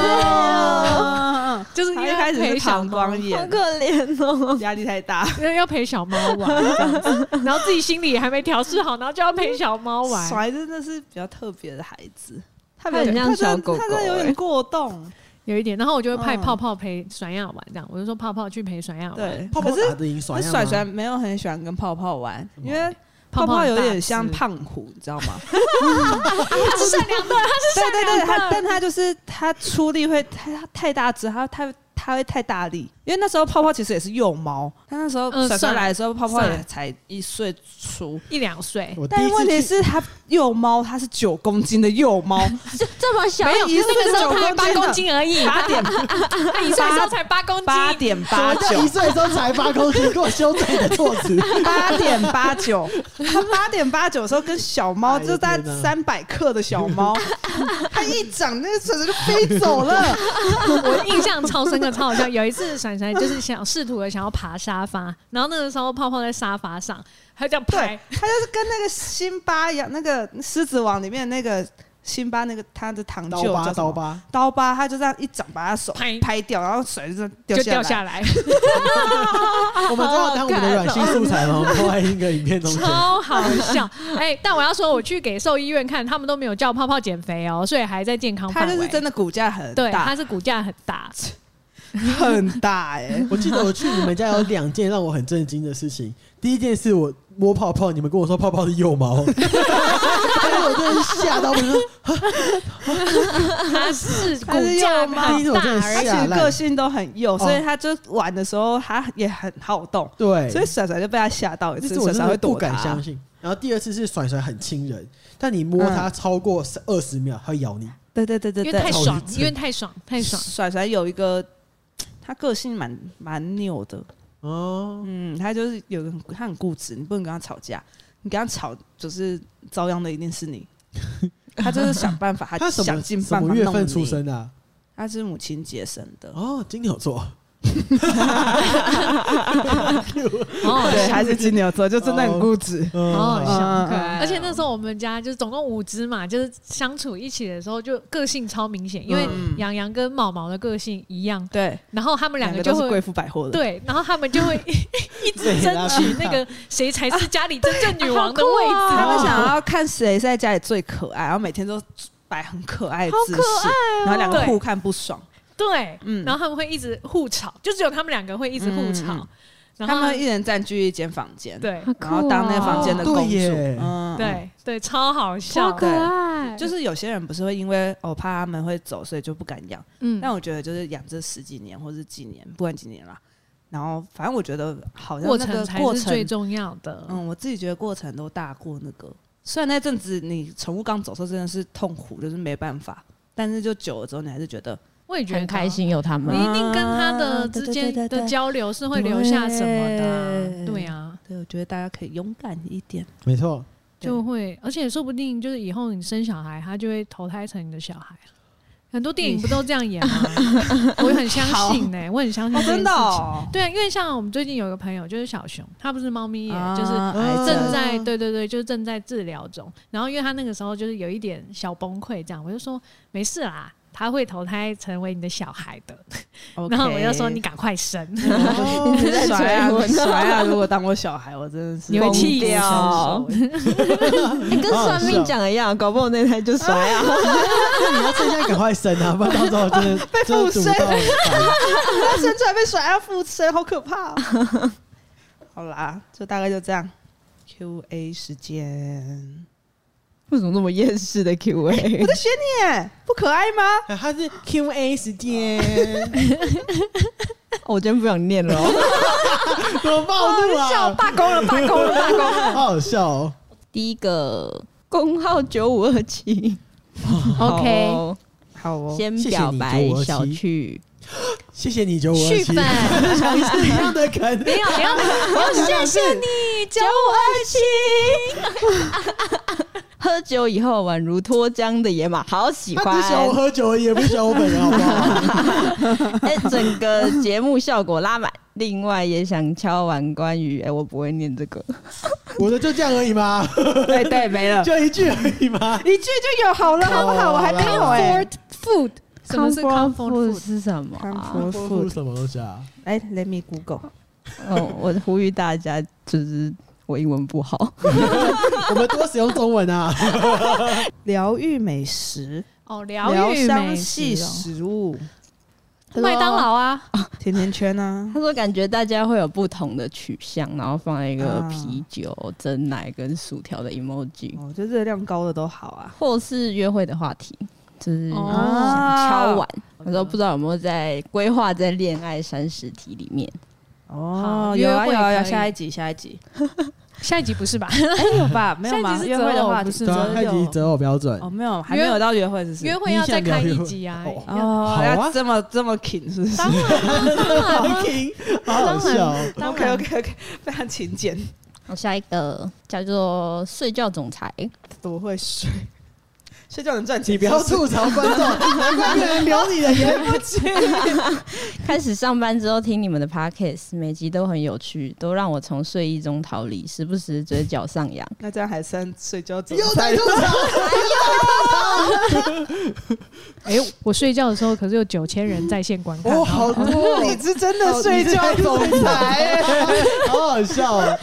A: 哦，
B: 就是因
A: 他
B: 为
A: 一开始
B: 陪
A: 是
B: 小
A: 膀
B: 猫
A: 胱
C: 好
A: 炎，
C: 可怜哦！
A: 压力太大，
B: 要要陪小猫玩这样子，然后自己心里也还没调试好，然后就要陪小猫玩。
A: 甩真的是比较特别的孩子，他
C: 他很像小狗狗
A: 他真的有点
C: 欸
A: 过动，
B: 有一点，然后我就会派
A: 嗯
B: 泡泡陪甩亚玩，这样我就说泡泡去陪甩亚玩。
A: 对，
D: 泡
A: 可
D: 泡
A: 是
D: 打得赢甩
A: 那
D: 吗
A: 甩甩没有很喜欢跟泡泡玩，因为。泡泡
B: 很
A: 有
B: 大
A: 点
B: 只
A: 像胖虎，你知道吗？
B: 啊是善良的，他
A: 对
B: 是
A: 对
B: 善
A: 对，
D: 啊
B: 良
A: 他
B: 的。
A: 但他就是他出力会太太大只，他太他会太大力，因为那时候泡泡其实也是幼猫，他那时候
B: 嗯
A: 甩甩
B: 算了
A: 来的时候，泡泡
B: 算
A: 也
B: 了
A: 才一岁出。
B: 一两岁，
D: 我第
A: 但
D: 一
A: 是问题
D: 次去，
A: 是，它幼猫，它是九公斤的幼 猫，
C: 这这么小
A: 没有一岁
B: 那个时候
A: 九
B: 才
A: 公
B: 八
A: 斤的
B: 公斤而已，
A: 八点
B: 他一岁的时候才八公斤，
A: 八点八
D: 我
A: 九
D: 一，岁的时候才八公斤，给我修正你的措辞。
A: 八点八九，它八点八九的时候跟小猫，
D: 哎呦
A: 就在
D: 天哪
A: 三百克的小猫，它一长那个绳子就飞走了。
B: 我印象超深刻，超好笑。有一次，闪闪就是想试图的想要爬沙发，然后那个时候泡泡在沙发上，他这样拍
A: 对，，它就是跟那个辛巴一样，那个狮子王里面那个辛巴那个他的堂舅
D: 刀
A: 叫什
D: 疤，
A: 么
D: 刀，疤，
A: 刀疤，它就这样一掌把他手
B: 拍
A: 拍掉，然后绳子就
B: 就
A: 掉
B: 掉
A: 下来。
B: 下来，
D: 我们这要当我们的软性素材吗？我们放在一个影片中间。
B: 超好笑。哎、但我要说，我去给兽医院看，他们都没有叫泡泡减肥哦，所以还在健康
A: 它
B: 范
A: 就是
B: 围。
A: 真的骨架很
B: 对，
A: 大
B: 它，是骨架很大，
A: 很大哎、
D: 我记得我去你们家有两件让我很震惊的事情。第一件事我摸泡泡，你们跟我说泡泡是幼毛， 但是我真的吓到，我就说
B: 它是骨
A: 它是
B: 架
A: 幼猫
D: 第
B: 很
D: 一次我
B: 大
D: 真的
A: 它
B: 而
A: 其
B: 已。
D: 吓
A: 实
D: 烂哦
A: 个性都很幼，所以它就玩的时候它也很好动，
D: 对，
A: 所以甩甩就被它吓到一
D: 这
A: 次，
D: 次我
A: 甩
D: 真
A: 甩会
D: 的
A: 躲
D: 不敢
A: 它
D: 相信。然后第二次是甩甩很亲人，但你
A: 嗯
D: 摸它超过二十秒，它会咬你。
A: 对对对对
B: 因为太
A: 对，
B: 爽
D: 超，级
B: 因为太爽，太爽。
A: 甩甩有一个，它个性蛮蛮扭的，
D: 哦，
A: 嗯，它就是有个很它很固执，你不能跟它吵架，你跟它吵就是遭殃的一定是你。它就是想办法，
D: 它
A: 它
D: 什么
A: 想尽办
D: 什
A: 法
D: 么月
A: 弄
D: 份
A: 你
D: 出？生的啊？
A: 它是母亲节生的，
D: 哦，金牛座。
B: 哦，
A: 对，还是金牛座，就真的很固执。
B: 哦，
D: 嗯
A: 像
B: 想可
A: 嗯
B: 爱。而且那时候我们家就是总共五只嘛，就是相处一起的时候，就个性超明显，因为
A: 嗯
B: 洋洋跟毛毛的个性一样，
A: 对，
B: 然后他们两
A: 两
B: 个
A: 个
B: 就
A: 都是
B: 会
A: 贵妇百货的。
B: 对，然后他们就会 一直争取那 个谁才是家里真正
A: 啊
B: 女王的位置。
A: 他们想要看谁在家里最可爱，然后每天都摆很可爱的姿势，然后两个
B: 对
A: 互看不爽，
B: 对，
A: 嗯
B: 然后他们会一直互吵，就只有他们两个会一直互吵，
A: 嗯嗯嗯
B: 然后
A: 他们一人占据一间房间，，
B: 对
A: 然后当那个房间的公
D: 哦
A: 主
D: 对，耶
A: 嗯，
B: 对对超好
C: 好
B: 笑
C: 可，爱，
A: 就是有些人不是会因为哦怕他们会走，所以就不敢养。
B: 嗯
A: 但我觉得就是养这十几年或是几年，不管几年啦，然后反正我觉得好像
B: 过
A: 那
B: 程
A: 个
B: 才
A: 过
B: 是
A: 程
B: 最重要的。
A: 嗯，我自己觉得过程都大过那个。虽然那阵子你宠物刚走的时候真的是痛苦，就是没办法，但是就久了之后，你还是觉得
B: 我也觉得
C: 很开，心有他
B: 你
C: 们。
B: 一定跟他的
A: 啊对
B: 之
A: 对
B: 间
A: 对对
B: 的
A: 对
B: 交流是会留下什么的啊，
A: 对
B: 对啊，
A: 对，我觉得大家可以勇敢一点。
D: 没错，
A: 对
B: 就会，而且说不定就是以后你生小孩，他就会投胎成你的小孩。很多电影不都这样演 吗？我很相信呢、我很相信、
A: 哦，真的、哦，
B: 对，因为像我们最近有一个朋友就是小熊，他不是猫咪耶，
A: 啊
B: 就是
D: 癌症
B: 正在对对对，就是正在治疗中。然后因为他那个时候就是有一点小崩溃，这样我就说没事啦，他会投胎成为你的小孩的。然后我就说你赶快生，
A: 你
C: 直在
A: 甩啊
C: 追我呢
A: 甩啊！如果当我小孩，我真的是
B: 你会气
A: 疯 掉。
C: 哎跟算命讲的一样，搞不好那胎就摔啊！
D: 那你要趁现在赶快生啊，不然到时候 真的真的
A: 附
D: 堵
A: 身
D: 到 烦
A: 他生出来被甩啊，附身，好可 怕、啊好啦，就大概就这样。Q A 时间，
C: 为什么那么厌世的 Q A？
A: 我在学你耶，不可爱吗？
D: 啊它是 Q&A 时间，
C: 我今天不想念 了哦。
D: 多暴怒
A: 笑
D: 啊！
A: 罢工了，罢工了，罢工了。
D: 好好笑哦，
C: 第一个工号九五二七
B: OK
A: 好哦，
C: 先
D: 谢谢
C: 表
D: 你
C: 白
D: 9527
C: 小趣，
D: 谢谢你九五二
B: 续
D: 七，
B: 粉，
D: 讲是一样的梗，
B: 没有没有，我谢谢你教我
C: 喝酒以后宛如脱缰的野马，好喜
D: 他只喜欢我
C: 欢！
D: 喝酒而已，也不喜欢我本人，好不 好？
C: 哎，整个节目效果拉满。另外也想敲完关于哎，我不会念这个，
D: 我的就这样而已 吗？
A: 对 对，没了，
D: 就一句而已吗？
A: 一句就有好了，好不好？我还没有哎
B: comfort。food，什么是 comfort food？
C: 是什么啊？
A: Comfort
D: 我是
A: food，
D: 什么东西啊？
A: 哎，Let me Google。
C: 嗯，我呼吁大家，就是我英文不好，
D: 我们多使用中文啊！
A: 疗愈美食，
B: 哦，疗愈美
A: 香
B: 食
A: 系
B: 哦。
A: 食物，
C: 他说
B: 麦当劳啊，
A: 甜甜圈啊，
C: 他说感觉大家会有不同的取向，然后放了一个
A: 啊
C: 啤酒、蒸奶跟薯条的 emoji，
A: 我觉哦得热量高的都好啊。
C: 或是约会的话题，就是
B: 哦
C: 敲碗。他说不知道有没有在规划在恋爱三十题里面，
A: 哦，
B: 好
A: 有
B: 约
A: 啊
B: 会
A: 有啊有啊，
B: 可以
A: 下一集下一集，
B: 下一集不是吧？
A: 哎有吧？没有
B: 下一
A: 吗？
B: 集是
A: 约会
B: 择
A: 的
B: 偶
A: 话
B: 不
A: 题
B: 是
D: 对啊，开
A: 择
D: 启
A: 友
D: 择偶标准
A: 哦，没有，还没有到约会，是不是？
B: 约会要再开一集啊
D: 你想！聊
A: 哦
D: 好，啊
A: 要这么这么紧是不是
B: 当
A: 啊
B: 然了，
D: 好好笑哦。
B: 当
A: ？OK
B: 然，
A: OK OK，非常勤俭，
C: 好，下一个叫做睡觉总裁，
A: 多会睡，睡觉能赚钱。
D: 你不要吐槽观众， 难怪没有人留你的言。
C: 开始上班之后听你们的 podcast，每集都很有趣，都让我从睡意中逃离，时不时嘴角上扬。
A: 那这样还算睡觉总
D: 又
A: 裁
D: 在？吐槽，
B: 哎，我睡觉的时候可是有九千人在线观看
D: 哦，，好多哦，
A: 你是真的睡觉
D: 总裁，好好笑哦。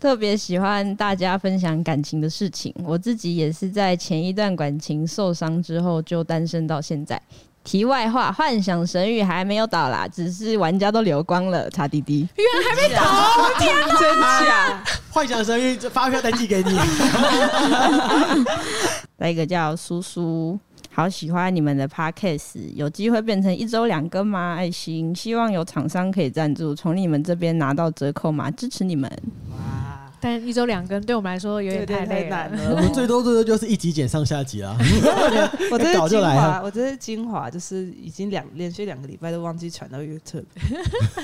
C: 特别喜欢大家分享感情的事情，我自己也是在前一段感情受伤之后就单身到现在。题外话，幻想神域还没有倒啦，只是玩家都流光了，擦滴滴。
A: 真假？
D: 幻想神域发票登记给你，
C: 再一个叫苏苏，好喜欢你们的 podcast，有机会变成一周两更吗？爱心，希望有厂商可以赞助，从你们这边拿到折扣码，支持你们。
A: 哇，
B: 但一周两更对我们来说有
A: 有
B: 点
A: 点太
B: 累
A: 难
B: 了。
D: 我
A: 了。
D: 们最多最多就是一集剪上下集啊啦。
A: 我这
D: 搞
A: 是精
D: 就来
A: 华，
D: 了
A: 我这是精华，就是已经两连续两个礼拜都忘记传到 YouTube。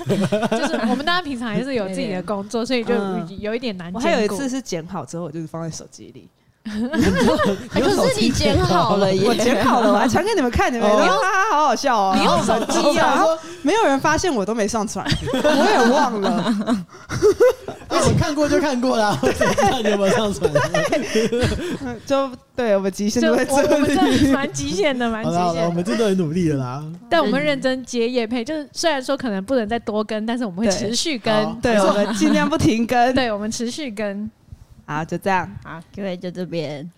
B: 就是我们大家平常也是有自己的工作，所以就
A: 嗯
B: 有一点难
A: 我
B: 兼顾。
A: 还有一次是剪好之后，我就是放在手机里，
D: 有手机
C: 剪好了耶
A: 我剪好 了，我还传给你们看，你们
D: 哦
A: 都哈哈，好好笑哦。
B: 你用手
A: 机啊？然后没有人发现我都没上 传，我也忘了。
D: 那我看过就看过啦，我只是看你有没有上传。
A: 嗯 就对我们极限
B: 就
A: 就在
B: 我我
A: 这
B: 们
A: 里。
B: 这蛮极限的，蛮
D: 好
B: 极
D: 了好了，
B: 限
D: 我
B: 的。
D: 们真的很努力了啦。
B: 但我们认真接夜配，就是虽然说可能不能再多更，但是我们会
A: 对
B: 持续
D: 好
B: 更。
A: 对，哦我们尽量不停更。
B: 对，我们持续更。
A: 好，就这样。
C: 好，各位就这边，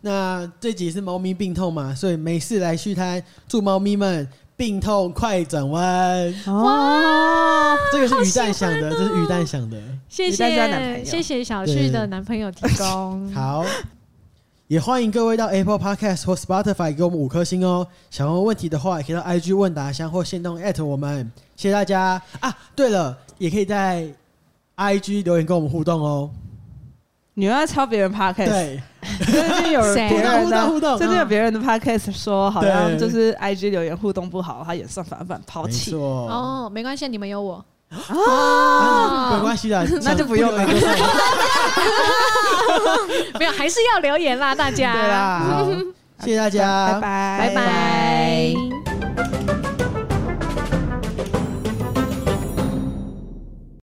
D: 那这集是猫咪病痛嘛，所以没事来续摊，祝猫咪们病痛快转弯。
A: 哦哇，
D: 这个是鱼蛋想
B: 哦
D: 的，这是鱼蛋想的。
B: 谢
A: 你带着她男朋
B: 谢
A: 友
B: 谢谢小旭的男朋友提供。
D: 好，也欢迎各位到 Apple Podcast 或 Spotify 给我们五颗星哦。想问问题的话，也可以到 IG 问答箱或线动 at 我们。谢谢大家啊！对了，也可以在 IG 留言跟我们互动哦。
A: 你又要抄别人 podcast？
D: 对，
A: 最近有
B: 谁
A: 人别人
D: 互动互动互动
A: 的，
D: 嗯
A: 最近有别人的 podcast 说，好像
D: 对
A: 就是 IG 留言互动不好，他演算法反抛
D: 没
A: 弃。
D: 错。
B: 哦，没关系，你们有我。
D: 啊，没关系的，
A: 哦 那就不用了
D: 想留言就算了。
B: 没有，还是要留言啦，大家。
A: 对啦，
D: 好，谢谢大
A: 拜
D: 家，
A: 拜，
B: 拜拜。